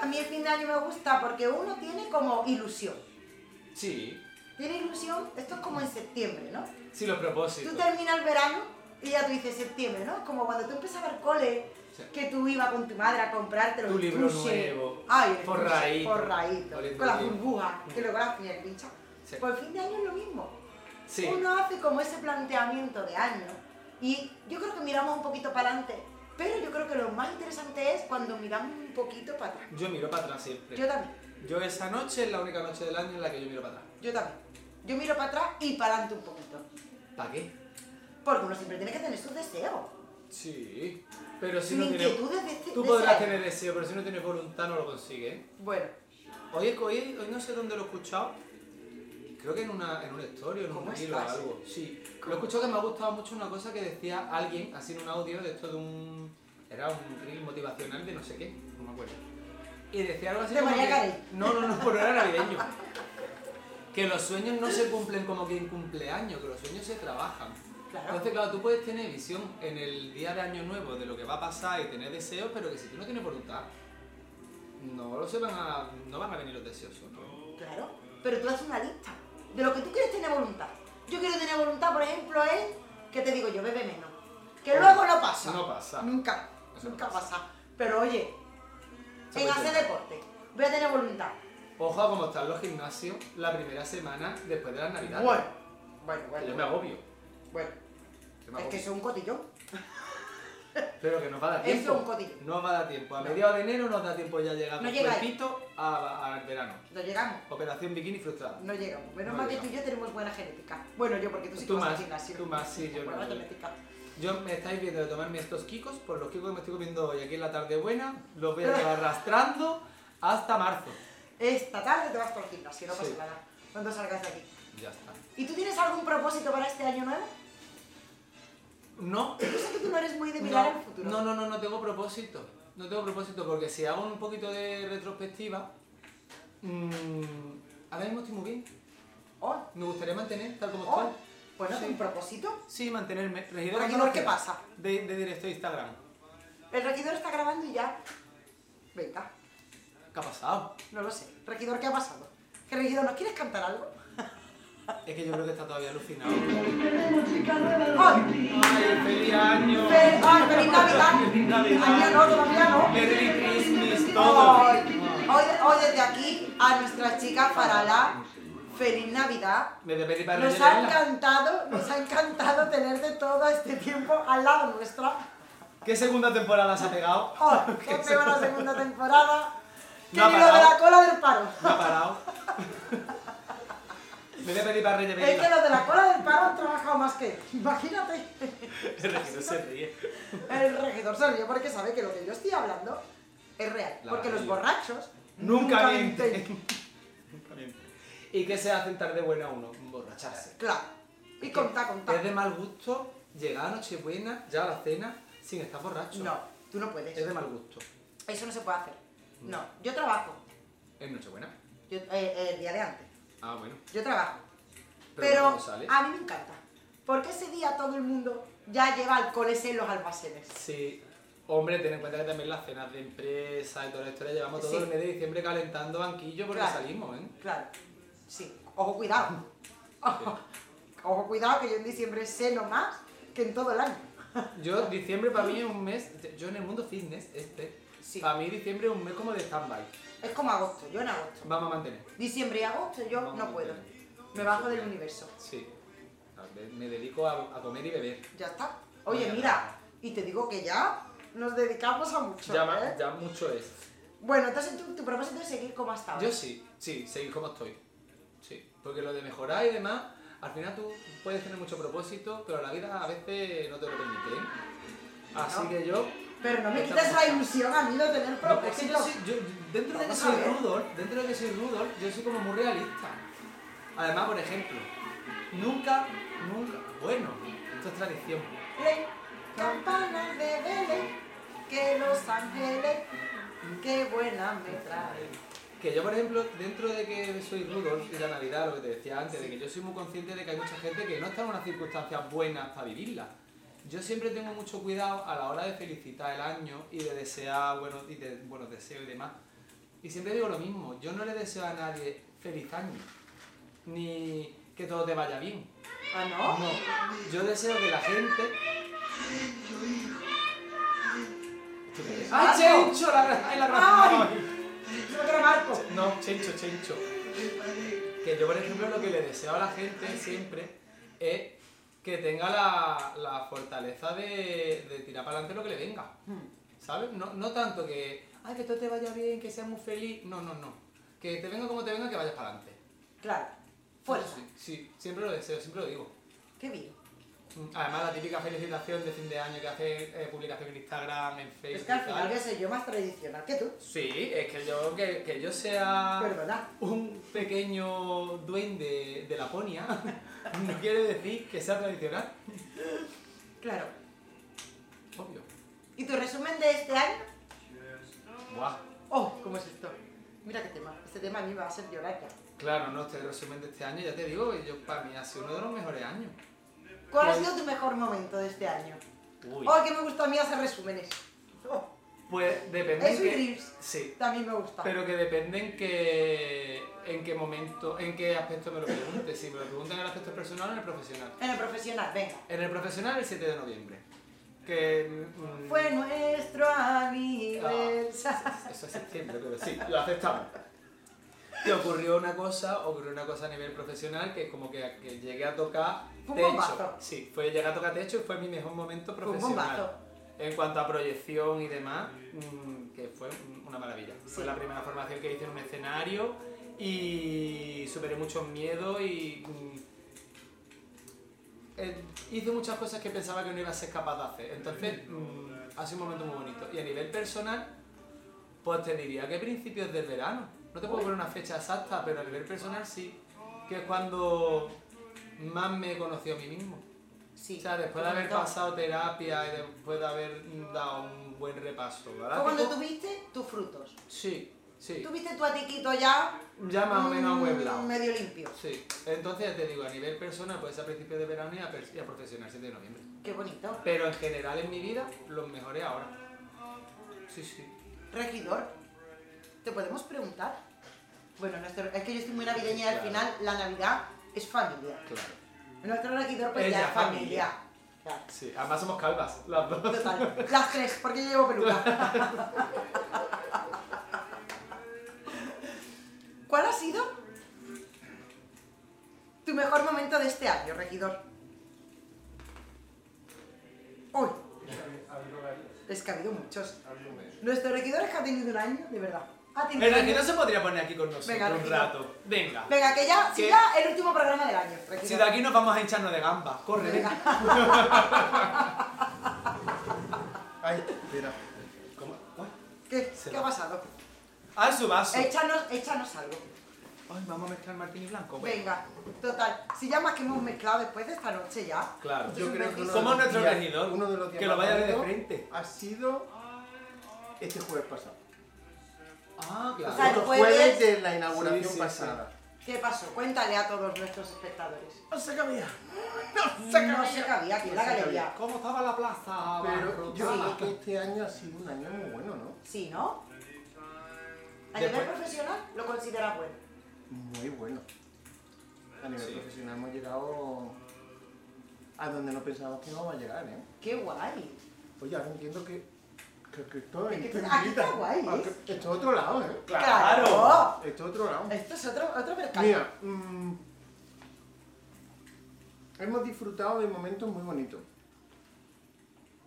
A mí el fin de año me gusta porque uno tiene como ilusión. Sí, Tiene ilusión, esto es como en septiembre, ¿no? sí, pues. los propósitos. Tú terminas el verano y ya tú dices septiembre, ¿no? Como cuando tú empezabas el cole, Sí. que tú ibas con tu madre a comprarte los Tu libro tuches. nuevo. Ay, el Forraíto. tuche, forraíto, Oliendo Con las bien. burbujas, que luego las tenías pinchas. Sí. Por Pues fin de año es lo mismo. Sí, Uno hace como ese planteamiento de año. Y yo creo que miramos un poquito para adelante. Pero yo creo que lo más interesante es cuando miramos un poquito para atrás. yo miro para atrás siempre. Yo también, Yo esa noche es la única noche del año en la que yo miro para atrás. yo también. Yo miro para atrás y para adelante un poquito. ¿Para qué? Porque uno siempre tiene que tener sus deseos. Sí, pero si Mi no tienes... inquietud es de este- Tú de podrás ese año. tener deseo, pero si no tienes voluntad no lo consigues. ¿eh? Bueno, Hoy, hoy, hoy no sé dónde lo he escuchado. Creo que en, una, en un story, en ¿Cómo un reel o estás? algo. Sí. Lo he escuchado que me ha gustado mucho una cosa que decía alguien, así en un audio de esto de un... Era un reel motivacional de no sé qué, no me acuerdo. Y decía algo así De como Mariah que- Carey. No, no, no, pero era navideño. Que los sueños no se cumplen como que en cumpleaños, que los sueños se trabajan. Claro. Entonces, claro, tú puedes tener visión en el día de Año Nuevo de lo que va a pasar y tener deseos, pero que si tú no tienes voluntad, no lo se van a, no van a venir los deseos ¿no? claro. Pero tú haces una lista de lo que tú quieres tener voluntad. Yo quiero tener voluntad, por ejemplo, es que te digo yo, bebe menos. Que Hombre, luego no pasa. no pasa. Nunca, Eso no nunca pasa. pasa. Pero oye, Se en puede hacer hacer. deporte, voy a tener voluntad. Ojo a cómo están los gimnasios la primera semana después de las Navidades. Bueno, bueno, Que bueno. yo me agobio. bueno. que me Es que agobio. eso es un cotillón. Pero que nos va a dar eso es tiempo. un cotillo. No va a dar tiempo. A No. mediados de enero nos da tiempo ya llegar No con llega ahí. cuerpito a- al verano. No llegamos, Operación bikini frustrada. no llegamos. Menos No mal que llegamos. tú y yo tenemos buena genética. Bueno, yo porque tú sí que Tú vas al más, gimnasio. tú más, sí, yo Buena no. genética. Yo me estáis viendo de tomarme estos kikos, por los kikos que me estoy comiendo hoy aquí en la tarde buena, los voy a llevar arrastrando hasta marzo. Esta tarde te vas por el gimnasio, no pasa Sí. nada. Cuando salgas de aquí. Ya está. ¿Y tú tienes algún propósito para este año nuevo? No, Yo sé que tú no eres muy de mirar al no, futuro. no, no, no, no tengo propósito. No tengo propósito porque si hago un poquito de retrospectiva, mm, ahora mismo estoy muy bien. Oh, Me gustaría mantener tal como oh. estoy. Bueno, Sí. un propósito. Sí, mantenerme. Regidor, Regidor, ¿qué pasa? De, de directo de Instagram. El regidor está grabando y ya. Venga, ¿Qué ha pasado? no lo sé. Regidor, ¿qué ha pasado? ¿Que regidor nos quieres cantar algo? Es que yo creo que está todavía alucinado. ¡Ay! ¡Ay, feliz año! ¡Feliz, ay, feliz Navidad! ¡Feliz Navidad! Año no, todavía no. Merry Christmas, todo. Hoy, hoy, hoy desde aquí a nuestra chica Farala, feliz Navidad. Me de pedir para Nos ha rellenarla. encantado, nos ha encantado tenerte todo este tiempo al lado nuestra. ¿Qué segunda temporada se ha pegado? Oh, qué feo la segunda temporada. Que No ha ni lo de parado. la cola del paro. Me ha parado. Me voy a pedir para rellenar. Es que los de la cola del paro han trabajado más que él. Imagínate. El regidor se ríe. El regidor se ríe porque sabe que lo que yo estoy hablando es real. La porque los maravilla. borrachos Nunca, miente. Nunca miente. ¿Y qué se hace en tarde buena uno? Borracharse. Claro. Y contá, contá. Es de mal gusto llegar a Nochebuena, ya a la cena, sin estar borracho. No, tú no puedes. Es de mal gusto. Eso no se puede hacer. No, yo trabajo. ¿En Nochebuena? Yo- eh, eh, el día de antes. Ah, bueno. Yo trabajo. Pero Pero, luego sales. a mí me encanta. Porque ese día todo el mundo ya lleva alcoholes en los almacenes. Sí. Hombre, ten en cuenta que también las cenas de empresa y toda la historia llevamos todo Sí. el mes de diciembre calentando banquillo porque Claro. salimos, ¿eh? Claro. Sí. Ojo, cuidado. Ojo, cuidado, que yo en diciembre ceno más que en todo el año. Yo, diciembre para mí es un mes, yo en el mundo fitness, este, Sí. para mí diciembre es un mes como de stand-by. Es como agosto, yo en agosto. Vamos a mantener. Diciembre y agosto yo Vamos a no puedo. mantener. Me bajo del universo. Sí. Tal vez Me dedico a, a comer y beber. Ya está. Oye, Vaya mira, y te digo que ya nos dedicamos a mucho. Ya, ma- ¿eh? ya mucho es. Bueno, entonces tu, tu propósito es seguir como hasta ahora. Yo sí, sí, seguir como estoy. Sí. Porque lo de mejorar y demás, al final tú puedes tener mucho propósito, pero la vida a veces no te lo permite. ¿eh? Así No. que yo Pero no me Está quitas la mucho. ilusión a mí de tener No, es que propósito. yo soy, yo- yo- dentro de que Vamos a soy ver. Rudolf, dentro de que soy Rudolf, yo soy como muy realista. Además, por ejemplo, nunca, nunca, bueno, esto es tradición. Ven, campanas de Belén, que los ángeles, qué buena me trae. Que yo, por ejemplo, dentro de que soy Rudolf y la Navidad, lo que te decía antes, de que yo soy muy consciente de que hay mucha gente que no está en unas circunstancias buenas para vivirla. Yo siempre tengo mucho cuidado a la hora de felicitar el año y de desear buenos, y de, buenos deseos y demás. Y siempre digo lo mismo, yo no le deseo a nadie feliz año, ni que todo te vaya bien. Ah, no. No, yo deseo que la gente... ¿Esto qué es? ¡Ay, ¡Marco! Chencho! La, ra- ay, la razón! Eso era Marco. No, chencho, chencho. Que yo, por ejemplo, lo que le deseo a la gente siempre es que tenga la, la fortaleza de, de tirar para adelante lo que le venga. ¿Sabes? No, no tanto que, ay, que todo te vaya bien, que seas muy feliz. No, no, no. Que te venga como te venga, que vayas para adelante. Claro. Fuerza. Sí, sí, siempre lo deseo, siempre lo digo. Qué bien. Además, la típica felicitación de fin de año que hace eh, publicación en Instagram, en Facebook. Es que al y tal. final, qué sé yo, más tradicional que tú. Sí, es que yo, que, que yo sea... Perdona. un pequeño duende de Laponia no quiere decir que sea tradicional. Claro. Obvio. ¿Y tu resumen de este año? Buah. Oh, ¿cómo es esto? Mira qué tema. Este tema a mí me va a hacer llorar ya. Claro, no, este resumen de este año, ya te digo, yo, para mí ha sido uno de los mejores años. ¿Cuál ha Pues- sido tu mejor momento de este año? Uy. Oh, que me gusta a mí hacer resúmenes. Oh, Pues depende es en un qué- reels. Sí, También me gusta. pero que depende en qué, en qué momento, en qué aspecto me lo preguntes. Si me lo preguntan en el aspecto personal o en el profesional. En el profesional, venga. En el profesional, el 7 de noviembre. Que... mm, Ah. Fue nuestro aniversario. Eso es septiembre, pero sí, lo aceptamos. Que ocurrió una cosa, ocurrió una cosa a nivel profesional que es como que, que llegué a tocar Fue un bombazo. techo. Sí, fue llegué a tocar techo y fue mi mejor momento Fue un profesional. bombazo. En cuanto a proyección y demás, mm, que fue una maravilla. Fue Sí. la primera formación que hice en un escenario y superé muchos miedos y mm, eh, hice muchas cosas que pensaba que no iba a ser capaz de hacer. Entonces, mm, ha sido un momento muy bonito. Y a nivel personal, pues te diría que principios del verano. No te puedo poner una fecha exacta, pero a nivel personal sí. Que es cuando más me he conocido a mí mismo. Sí. O sea, después de haber pasado terapia y después de haber dado un buen repaso. ¿verdad? Fue cuando tuviste tus frutos. Sí, sí. Tuviste tu atiquito ya. Ya más o menos mm, amueblado. Medio limpio. Sí, entonces ya te digo, a nivel personal, pues a principios de verano y a, pers- y a profesional, 7 de noviembre. Qué bonito. Pero en general en mi vida, los mejores ahora. Sí, sí. Regidor, ¿te podemos preguntar? Bueno, nuestro- es que yo estoy muy navideña y al Claro. final la Navidad es familia. Claro. Nuestro regidor pues Es ya la es familia. Claro. Sí, además somos calvas, las dos. Total, las tres, porque yo llevo peluca. ¿Cuál ha sido tu mejor momento de este año, regidor? Uy. Es que ha habido muchos. Nuestro regidor es que ha tenido un año, de verdad. Ha tenido El un año. regidor se podría poner aquí con nosotros Venga, un regidor. rato. Venga. Venga, que ya, si ¿Qué? ya el último programa del año, regidor. Si de aquí nos vamos a hincharnos de gamba, corre. ¿eh? Venga. venga. Ay, espera. ¿Cómo? Ay, ¿Qué, Se qué va. ha pasado? Al su vaso. Ay, Échanos, échanos algo. vamos a mezclar Martín y Blanco. Bueno, Venga, total. Si ya más que hemos mezclado después de esta noche ya. Claro, Esto yo es un creo que registro. somos nuestro días- regidor. Uno de los días que lo más vaya a ver de bonitos frente. Ha sido este jueves pasado. Ah, claro. O sea, el Los jueves- jueves de la inauguración Sí, sí, sí. pasada. ¿Qué pasó? Cuéntale a todos nuestros espectadores. No se cabía. No se No cabía. se cabía aquí en la No se galería. ¿Cómo estaba la plaza? Pero yo Sí. creo que este año ha sido un año muy bueno, ¿no? Sí, ¿no? A Después- nivel profesional lo consideras bueno. Muy bueno. A nivel Sí. profesional hemos llegado a donde no pensábamos que íbamos a llegar, ¿eh? Qué guay. Oye, ahora Pues entiendo que, que, que esto Es que esto está- aquí invita. está guay, ¿eh? Ah, que- Esto es otro lado, ¿eh? Claro. Esto es otro lado. Esto es otro, otro mercado. Mira, mm, hemos disfrutado de momentos muy bonitos.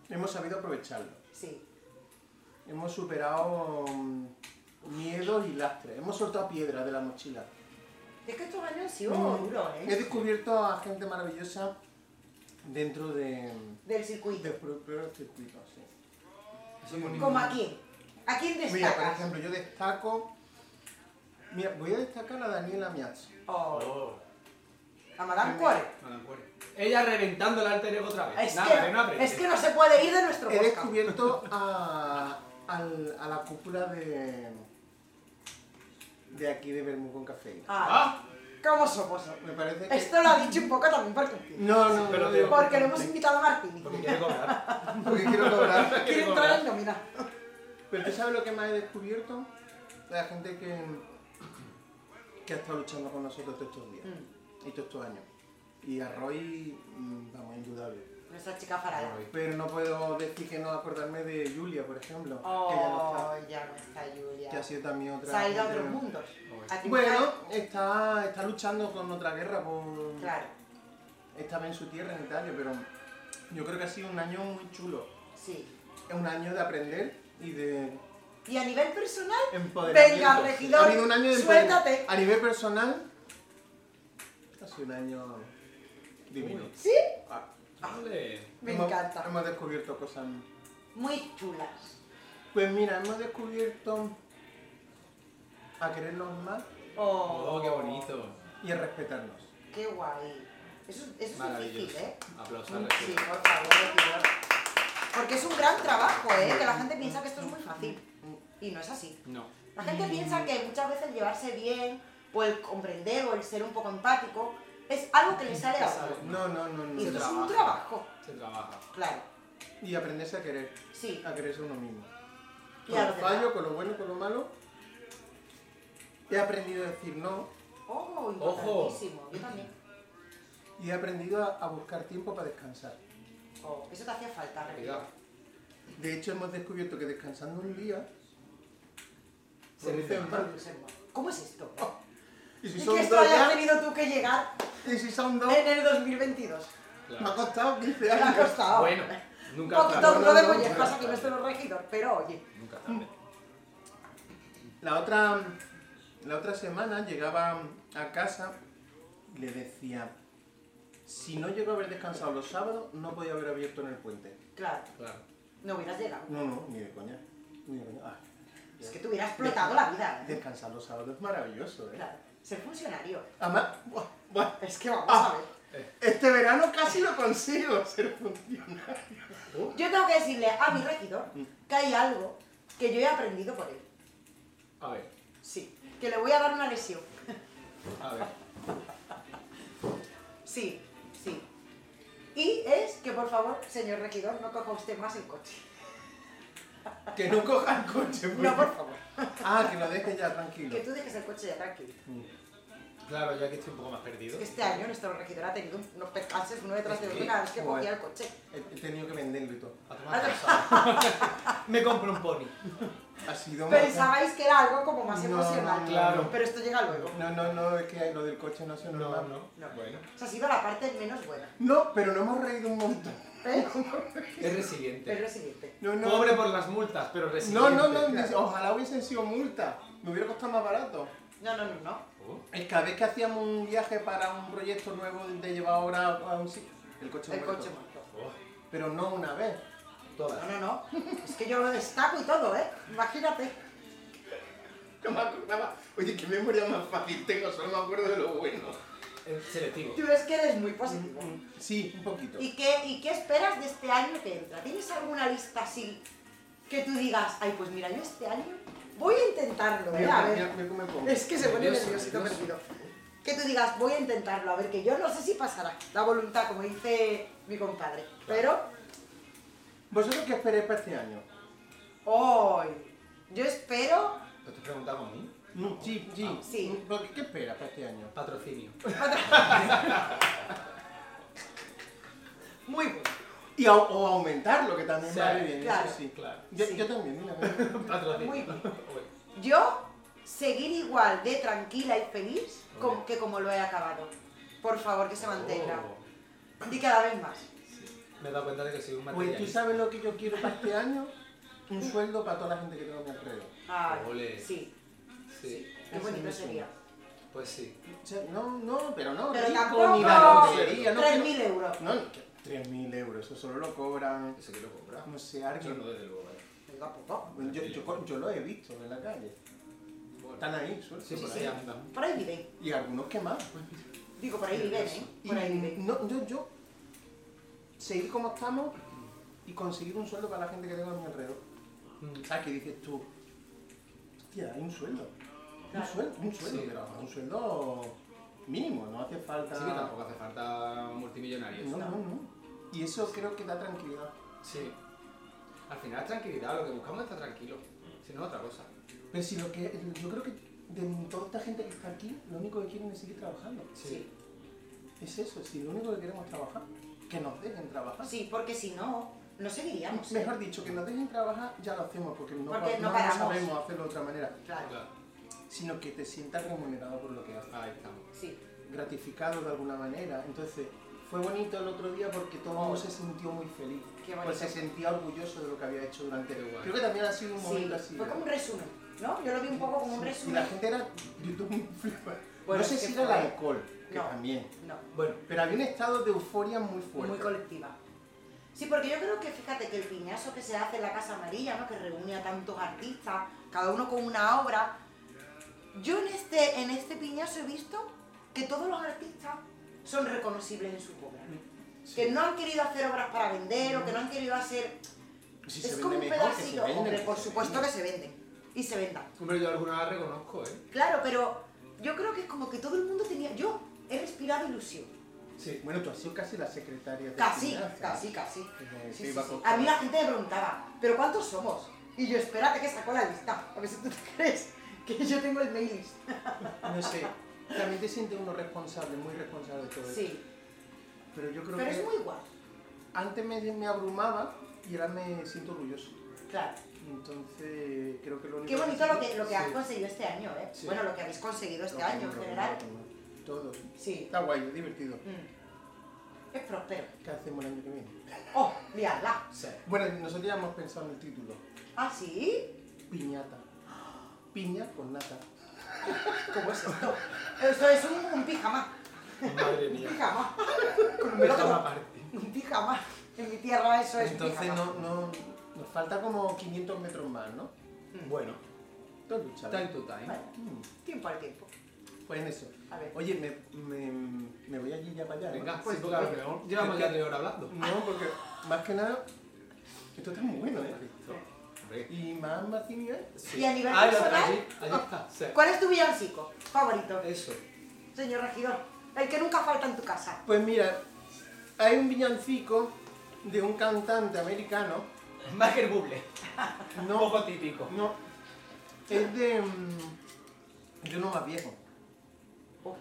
Hemos sabido aprovecharlo. Sí. Hemos superado mm, miedos y lastres. Hemos soltado piedras de la mochila. Es que estos años han sido Mm, duros, He ¿eh? descubierto a gente maravillosa dentro de, Del del circuito. propio circuito. sí. ¿Como a quién? ¿A quién Mira, por destacas? ejemplo, yo destaco. Mira, voy a destacar a Daniela Miazzo. Oh, Oh, a Madame Core. Malancuore. Ella reventando el alter ego otra vez. Es, Nada, que, que no aprende. es que no se puede ir de nuestro He podcast. descubierto a, al- a la cúpula de, de aquí de Bermud con cafeína. Ah, ¿Cómo somos? Me parece que... Esto lo ha dicho un poco también por contigo. No, no, Pero no, te- no, Porque le hemos invitado a Martini. Porque quiere cobrar. porque quiero cobrar. Quiere entrar en nómina. Pero tú sabes lo que más he descubierto? La gente que, que ha estado luchando con nosotros todos estos días Mm. y todos estos años. Y a Roy, mm, vamos, indudable. Nuestra chica farala. Pero no puedo decir que no acordarme de Julia, por ejemplo, que ya no Oh, está. ya no está Que ha Julia. sido también otra. Se ha ido a otra- otros mundos. A Bueno, eh, triunfar. está, está luchando con otra guerra por. Claro, Estaba en su tierra, en Italia, pero yo creo que ha sido un año muy chulo. sí. Es un año de aprender y de Y a nivel personal, empoderamiento. Venga, regidor, Ha habido un año de suéltate. empoderamiento. A nivel personal, ha sido un año divino. Ah, sí, Vale. me Hemos- encanta. Hemos descubierto cosas. Muy chulas. Pues mira, hemos descubierto a querernos más Oh, Oh, qué bonito. y a respetarnos. Qué guay. Eso, eso es difícil, Maravilloso. ¿eh? Aplausos al Sí, regidor. por favor, regidor. Porque es un gran trabajo, ¿eh? Mm. Que la gente piensa que esto es muy fácil. Y no es así. No. La gente piensa que muchas veces el llevarse bien, o el comprender, o el ser un poco empático, es algo que le Mm. sale a otro. No, no, no, no. Y esto es un trabaja. trabajo, Se trabaja. claro. Y aprenderse a querer, Sí, a quererse uno mismo. Y Con a los los demás. fallos, con lo bueno, con lo malo. He aprendido a decir no Oh, Ojo. importantísimo. Yo también. y he aprendido a, a buscar tiempo para descansar. Oh, eso te hacía falta, Cuidado. regidor. De hecho, hemos descubierto que descansando un día se Produce dice mal. ¿Cómo es esto? Y si ¿Y son que dos esto hayas ya, tenido tú que llegar y si son dos, en el 2022? me ha Claro. costado 15 Te ha años. costado. Bueno, Ah, Un nunca poquito tarde. duro de no, no, mollejas no, aquí no. nuestro regidor, pero oye. Nunca tarde. La otra, la otra semana llegaba a casa y le decía, si no llego a haber descansado los sábados, no podía haber abierto en el puente. Claro, Claro. no hubieras llegado. No, no, ni de coña. Ni de coña. Ah, Es que te hubiera explotado la vida. ¿eh? descansar los sábados es maravilloso, ¿eh? Claro, ser funcionario. Además, buah, buah, Es que vamos Ah. a ver. este verano casi lo consigo ser funcionario. Yo tengo que decirle a mi regidor que hay algo que yo he aprendido por él. A ver, Sí, que le voy a dar una lesión. a ver. Sí, sí. Y es que por favor, señor regidor, no coja usted más el coche. Que no coja el coche, por No, por favor. favor. Ah, que lo deje ya tranquilo. Que tú dejes el coche ya tranquilo. Claro, ya que estoy un poco más perdido. Este año nuestro regidor ha tenido unos percances uno detrás de otro cada vez que Joder. cogía el coche. He, he tenido que venderlo y todo. A tomar por saco. Me compro un pony. Ha sido más- Pensabais que era algo como más No, emocional. no, claro. Pero esto llega luego. No, no, no, es que lo del coche no se No, normal. no. No. Bueno. O sea, ha sido la parte menos buena. No, pero no hemos reído un montón. ¿eh? Es resiliente. Pero es siguiente. No, no. Pobre por las multas, pero resiliente. No, no, no, dice, ojalá hubiesen sido multa. Me hubiera costado más barato. No, no, no, no. Oh, Es cada vez que hacíamos un viaje para un proyecto nuevo de llevar ahora a un sitio. El coche El muerto. coche muerto. oh. Pero no una vez. No, Todas. no, no. Es que yo lo destaco y todo, ¿eh? Imagínate. No me acordaba. Oye, qué memoria más fácil tengo, solo me acuerdo de lo bueno. Es selectivo. Tú ves que eres muy positivo. Mm, Sí, un poquito. ¿Y qué, ¿Y qué esperas de este año que entra? ¿Tienes alguna lista así que tú digas, ay, pues mira, yo este año voy a intentarlo, ¿eh? A Mira, mira, ver. mira cómo me pongo. Es que se pone Nervioso, nerviosito nervioso. perdido. Que tú digas, voy a intentarlo, a ver, que yo no sé si pasará. La voluntad, como dice mi compadre. Pero, ¿Vosotros qué esperáis para este año? hoy, yo espero ¿Lo te preguntamos a mí? No, sí, sí. Ah. Sí. ¿Pero qué- ¿Qué esperas para este año? Patrocinio. muy bueno. Y au- o aumentarlo, que también Sí, vale bien. claro, eso sí. claro. Yo, Sí. yo también, mira. Patrocinio. Muy bien. Bueno. Yo seguir igual de tranquila y feliz com- Muy que como lo he acabado. Por favor, que se mantenga. Oh, Y cada vez más. Me he dado cuenta de que soy un Pues tú materialista. sabes lo que yo quiero para este año. Un sueldo para toda la gente que tengo a mi alrededor. Ay, Ole. sí, Sí. qué Ese bonito es mi sería. Pues sí. O sea, no, no, pero no. Pero rico, tampoco ni la lotería. No, 3.000 euros. No, no, que 3.000 euros, eso solo lo cobran, Eso que lo compra. no sé, Yo alguien. no, desde luego, vale. Venga, poco. Yo, yo- yo lo he visto en la calle. Están ahí, sueltos. Sí, por sí, sí. ahí. andan. Por ahí viven. Y algunos que más. Digo, por ahí viven, ¿eh? Y Por ahí viven. no, yo, yo, seguir como estamos y conseguir un sueldo para la Ah. gente que tengo a mi alrededor. Mm. ¿Sabes qué dices tú? Hostia, hay un sueldo. Un sueldo, un sueldo, Sí. pero un sueldo mínimo, no hace falta. Así que tampoco hace falta multimillonarios. No, no, no. Y eso creo que da tranquilidad. Sí. Al final es tranquilidad, lo que buscamos es estar tranquilo. Si no, otra cosa. Pero si lo que. Yo creo que de toda esta gente que está aquí, lo único que quieren es seguir trabajando. Sí. Es eso, si lo único que queremos es trabajar, que nos dejen trabajar. Sí, porque si no, no seguiríamos. ¿eh? Mejor dicho, que nos dejen trabajar, ya lo hacemos, porque no, Porque no no paramos. sabemos hacerlo de otra manera. Claro, Claro. Sino que te sientas remunerado por lo que haces. Ahí estamos. sí. gratificado de alguna manera. Entonces, fue bonito el otro día porque todo el mundo se sintió muy feliz. Qué bonito. Pues se sentía orgulloso de lo que había hecho durante Qué guay. Creo que también ha sido un Sí, momento así. fue ¿verdad? como un resumen, ¿no? Yo lo vi un poco como un Sí. Y resumen. la gente era YouTube muy flipa. Bueno, no sé es que si era el fue- alcohol, que No. también. No, Bueno, Pero había un estado de euforia muy muy fuerte. colectiva. Sí, porque yo creo que fíjate que el piñazo que se hace en la Casa Amarilla, ¿no? Que reúne a tantos artistas, cada uno con una obra. Yo en este, en este piñazo he visto que todos los artistas son reconocibles en sus obras. Que no han querido hacer obras para vender o que no han querido hacer. Si es se como vende un mejor, que se pedacito. vende. Hombre, que por se supuesto vende. que se venden. Y se vendan. hombre, yo alguna la reconozco, ¿eh? Claro, pero yo creo que es como que todo el mundo tenía. Yo he respirado ilusión. Sí. Bueno, tú has sido casi la secretaria de Casi, finanzas. casi, casi. Sí, Eh, que sí, iba sí. con- A mí la gente me preguntaba, ¿pero cuántos somos? Y yo, espérate que sacó la lista. A ver si tú te crees que yo tengo el mailing. No sé. También te siente uno responsable, muy responsable de todo esto. Sí, Pero yo creo pero que es muy igual. antes me, me abrumaba y ahora me siento orgulloso. Claro. Entonces, creo que lo único Qué bonito lo que, lo que has Sí. conseguido este año, ¿eh? Sí. Bueno, lo que habéis conseguido este Lo que- año lo en que- general. Todo. Sí. Está guay, es divertido. Mm. Es próspero. ¿Qué hacemos el año que viene? Oh, liarla. Sí. Bueno, nosotros ya hemos pensado en el título. ¿Ah, sí? Piñata. Piña con nata. ¿Cómo es esto? Eso es un, un pijama. Madre Un mía. pijama. Con Me lo como. aparte. Un pijama. En mi tierra eso es un Entonces pijama. no, no, nos falta como 500 metros más, ¿no? Hmm. Bueno, Todo luchado. time to time. Bueno, Mm, tiempo al tiempo. Pues en eso. A ver. Oye, me, me, me voy allí ya para allá. ¿no? Venga, Pues, sí, porque a lo pues, mejor llevamos ya tres horas hablando. No, porque más que nada, esto está muy bueno, ¿eh? Hombre. Y más, ¿eh? más nivel. Sí. ¿Y a nivel Ah, lo- personal? Oh. Allí, allí está. Sí. ¿Cuál es tu villancico favorito, Eso. señor regidor? El que nunca falta en tu casa. Pues mira, hay un villancico de un cantante americano. Michael Buble. No, típico. no. Es de, mm, de uno más viejo. Oh,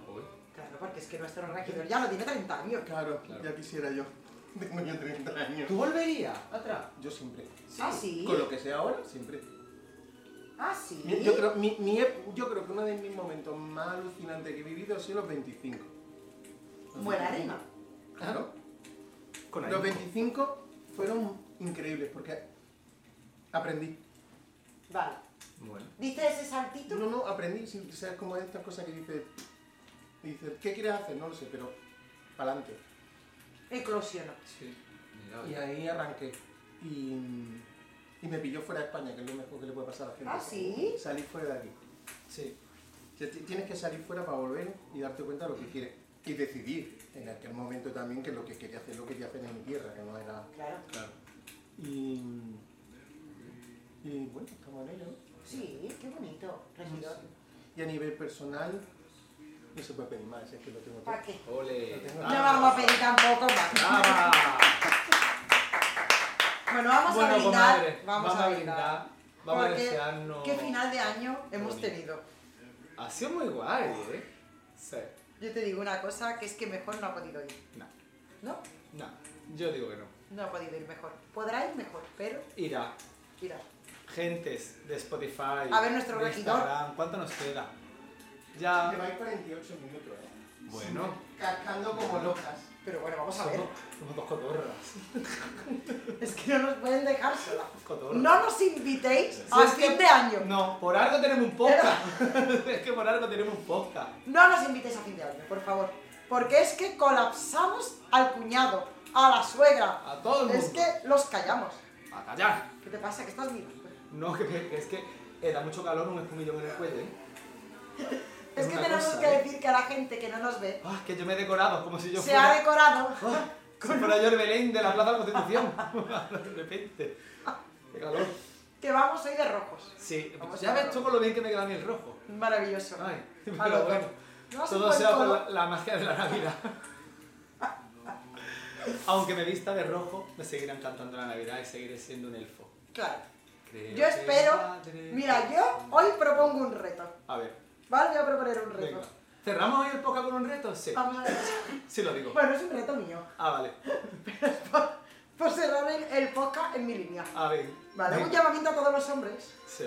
Claro, porque es que nuestro regidor ya lo tiene 30 años. Claro, Claro. ya quisiera yo. Tengo ya 30 años. ¿Tú volverías atrás? Yo siempre. Ah, sí. Con lo que sea ahora, siempre. Ah, sí. Mi- Yo creo, mi- mi ep- yo creo que uno de mis momentos más alucinantes que he vivido ha sido los 25. Los Buena 25. arena. Ah. Claro. Con Los 25 fueron increíbles porque aprendí. Vale. Bueno. ¿Diste ese saltito? No, no, aprendí, sí, o sea, es como estas cosas que dices, dices, ¿qué quieres hacer? No lo sé, pero para adelante. Eclosionó. Sí. Mira, Y oye. ahí arranqué. Y, y me pilló fuera de España, que es lo mejor que le puede pasar a la gente. ¿Ah, sí? Salir fuera de aquí. Sí. O sea, ti- tienes que salir fuera para volver y darte cuenta de lo que quieres. Y decidir en aquel momento también que lo que quería hacer, lo quería hacer en mi tierra, que no era... Claro. Claro. Y, y bueno, estamos en ello, ¿no? Sí, qué bonito, regidor. Y a nivel personal, no se puede pedir más, es que lo tengo todo. ¿Para qué? Ole. Ah. No No vamos a pedir tampoco Ah, más. ¡Brava! Bueno, vamos a Bueno, pues brindar. comadre, vamos, a brindar. Vamos a Porque desearnos. Qué final de año hemos Bonito. tenido. Ha sido muy guay, ¿eh? Sí. Yo te digo una cosa, que es que mejor no ha podido ir. No. ¿No? No. Yo digo que no. No ha podido ir mejor. Podrá ir mejor, pero Irá. mira. Gentes de Spotify. A ver nuestro de regidor. Instagram, ¿Cuánto nos queda? Ya. Lleváis 48 minutos, ¿eh? Bueno. Cascando como locas. Pero bueno, vamos a ver. Somos, somos dos cotorras. Es que no nos pueden dejar sola. Cotorras. No nos invitéis Si a es que- fin de año. No, por algo tenemos un podcast. es que por algo tenemos un podcast. No nos invitéis a fin de año, por favor. Porque es que colapsamos al cuñado, a la suegra. A todo el mundo. Es que los callamos. A callar. ¿Qué te pasa? ¿Qué estás mirando? No, que, que es que eh, da mucho calor un espumillón en el cuello, ¿eh? Es que una tenemos cosa, que ¿eh? decir que a la gente que no nos ve Ah, que yo me he decorado, como si yo se fuera... ha decorado. Ah, si fuera yo el Belén de la Plaza de la Constitución. de repente. Qué calor. Que vamos hoy de rojos. Sí, pues Vamos ya a ves ver. tú con lo bien que me queda a mí el rojo. Maravilloso. Ay, pero A lo bueno, loco. No se todo puede sea por todo. la, la magia de la Navidad. Aunque me vista de rojo, me seguirán cantando la Navidad y seguiré siendo un elfo. Claro. Creo Yo que espero. padre- Mira, yo hoy propongo un reto. A ver, ¿Vale? Voy a proponer un reto. venga. ¿Cerramos hoy el podcast con un reto? Sí, Vamos a ver. sí lo digo. Bueno, es un reto mío. Ah, vale. Por cerrar el, el podcast en mi línea. A ver. Vale, un venga. llamamiento a todos los hombres. Sí.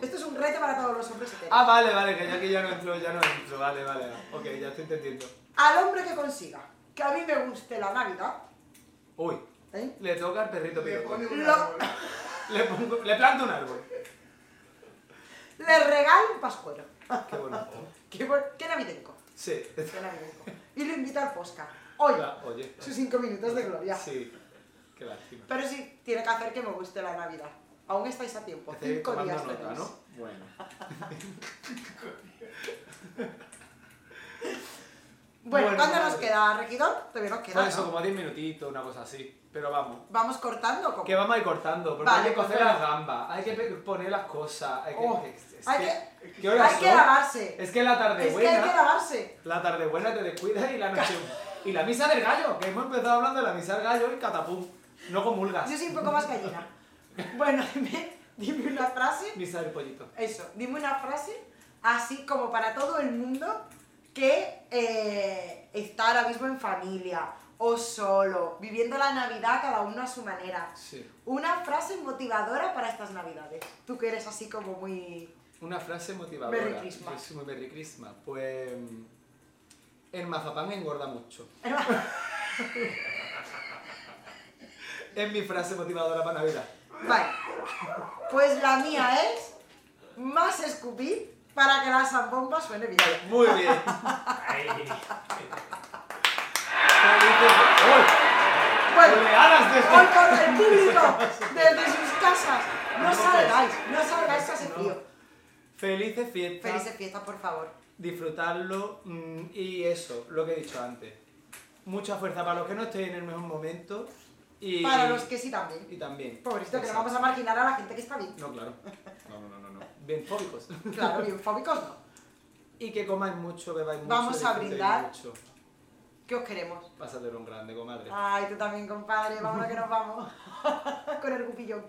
Esto es un reto para todos los hombres heteros. Ah, vale, vale, que ya que ya no entro, ya no entro. Vale, vale. Ok, ya estoy entendiendo. Al hombre que consiga que a mí me guste la Navidad, Uy, ¿eh? le toca al perrito Le piropo. pone un Lo- árbol. Le, pongo- le planto un árbol. le regalo un pascuero. Qué bonito. Qué, buen- qué navideño. Sí. Qué navideño. Y lo invito al podcast. Hoy, Oye. sus cinco minutos de gloria. Sí. Qué lástima. Pero sí, tiene que hacer que me guste la Navidad. Aún estáis a tiempo. Estoy Cinco tomando días nota, tenéis. ¿no? Bueno. Bueno, Bueno, ¿cuánto nos vale. queda, regidor? Todavía nos queda, Pues eso, ¿no? como 10 minutitos, una cosa así. Pero vamos. Vamos cortando. como- Que vamos a ir cortando, porque Vale, hay que pues cocer venga. las gambas, hay que pe- poner las cosas, hay que... Oh, es, es hay que, ¿qué horas Hay que son? lavarse. Es que la tarde Es que buena, hay que lavarse. la tarde buena te descuida y la noche... y la misa del gallo, que hemos empezado hablando de la misa del gallo y catapum. No comulgas. Yo soy un poco más gallina. Bueno, dime, dime una frase. Misa del pollito. Eso, dime una frase así como para todo el mundo que eh, está ahora mismo en familia o solo, viviendo la Navidad cada uno a su manera. Sí. Una frase motivadora para estas Navidades. Tú que eres así como muy... Una frase motivadora. Merry Christmas. Yo soy muy Merry Christmas. Pues... mm, El mazapán engorda mucho. Es mi frase motivadora para Navidad. Vale. Pues la mía es más escupir para que la zambomba suene bien. Muy bien. ¡Ay! Bueno, hoy desde... con el público desde sus casas. No salgáis, no salgáis que hace No. frío. Felices fiestas. Felices fiestas, por favor. Disfrutarlo. mm, Y eso, lo que he dicho antes. Mucha fuerza para los que no estén en el mejor momento. Y, Para los que sí también. Y también. Pobrecito, que no vamos a marginar a la gente que está bien. No, claro. No, no, no, no. no. Bien fóbicos. Claro, bien fóbicos no. Y que comáis mucho, bebáis mucho. Vamos a disfrutéis brindar. Mucho. Que os queremos. Pásatelo un grande, comadre. Ay, tú también, compadre. Vámonos que nos vamos. Con el cupillón.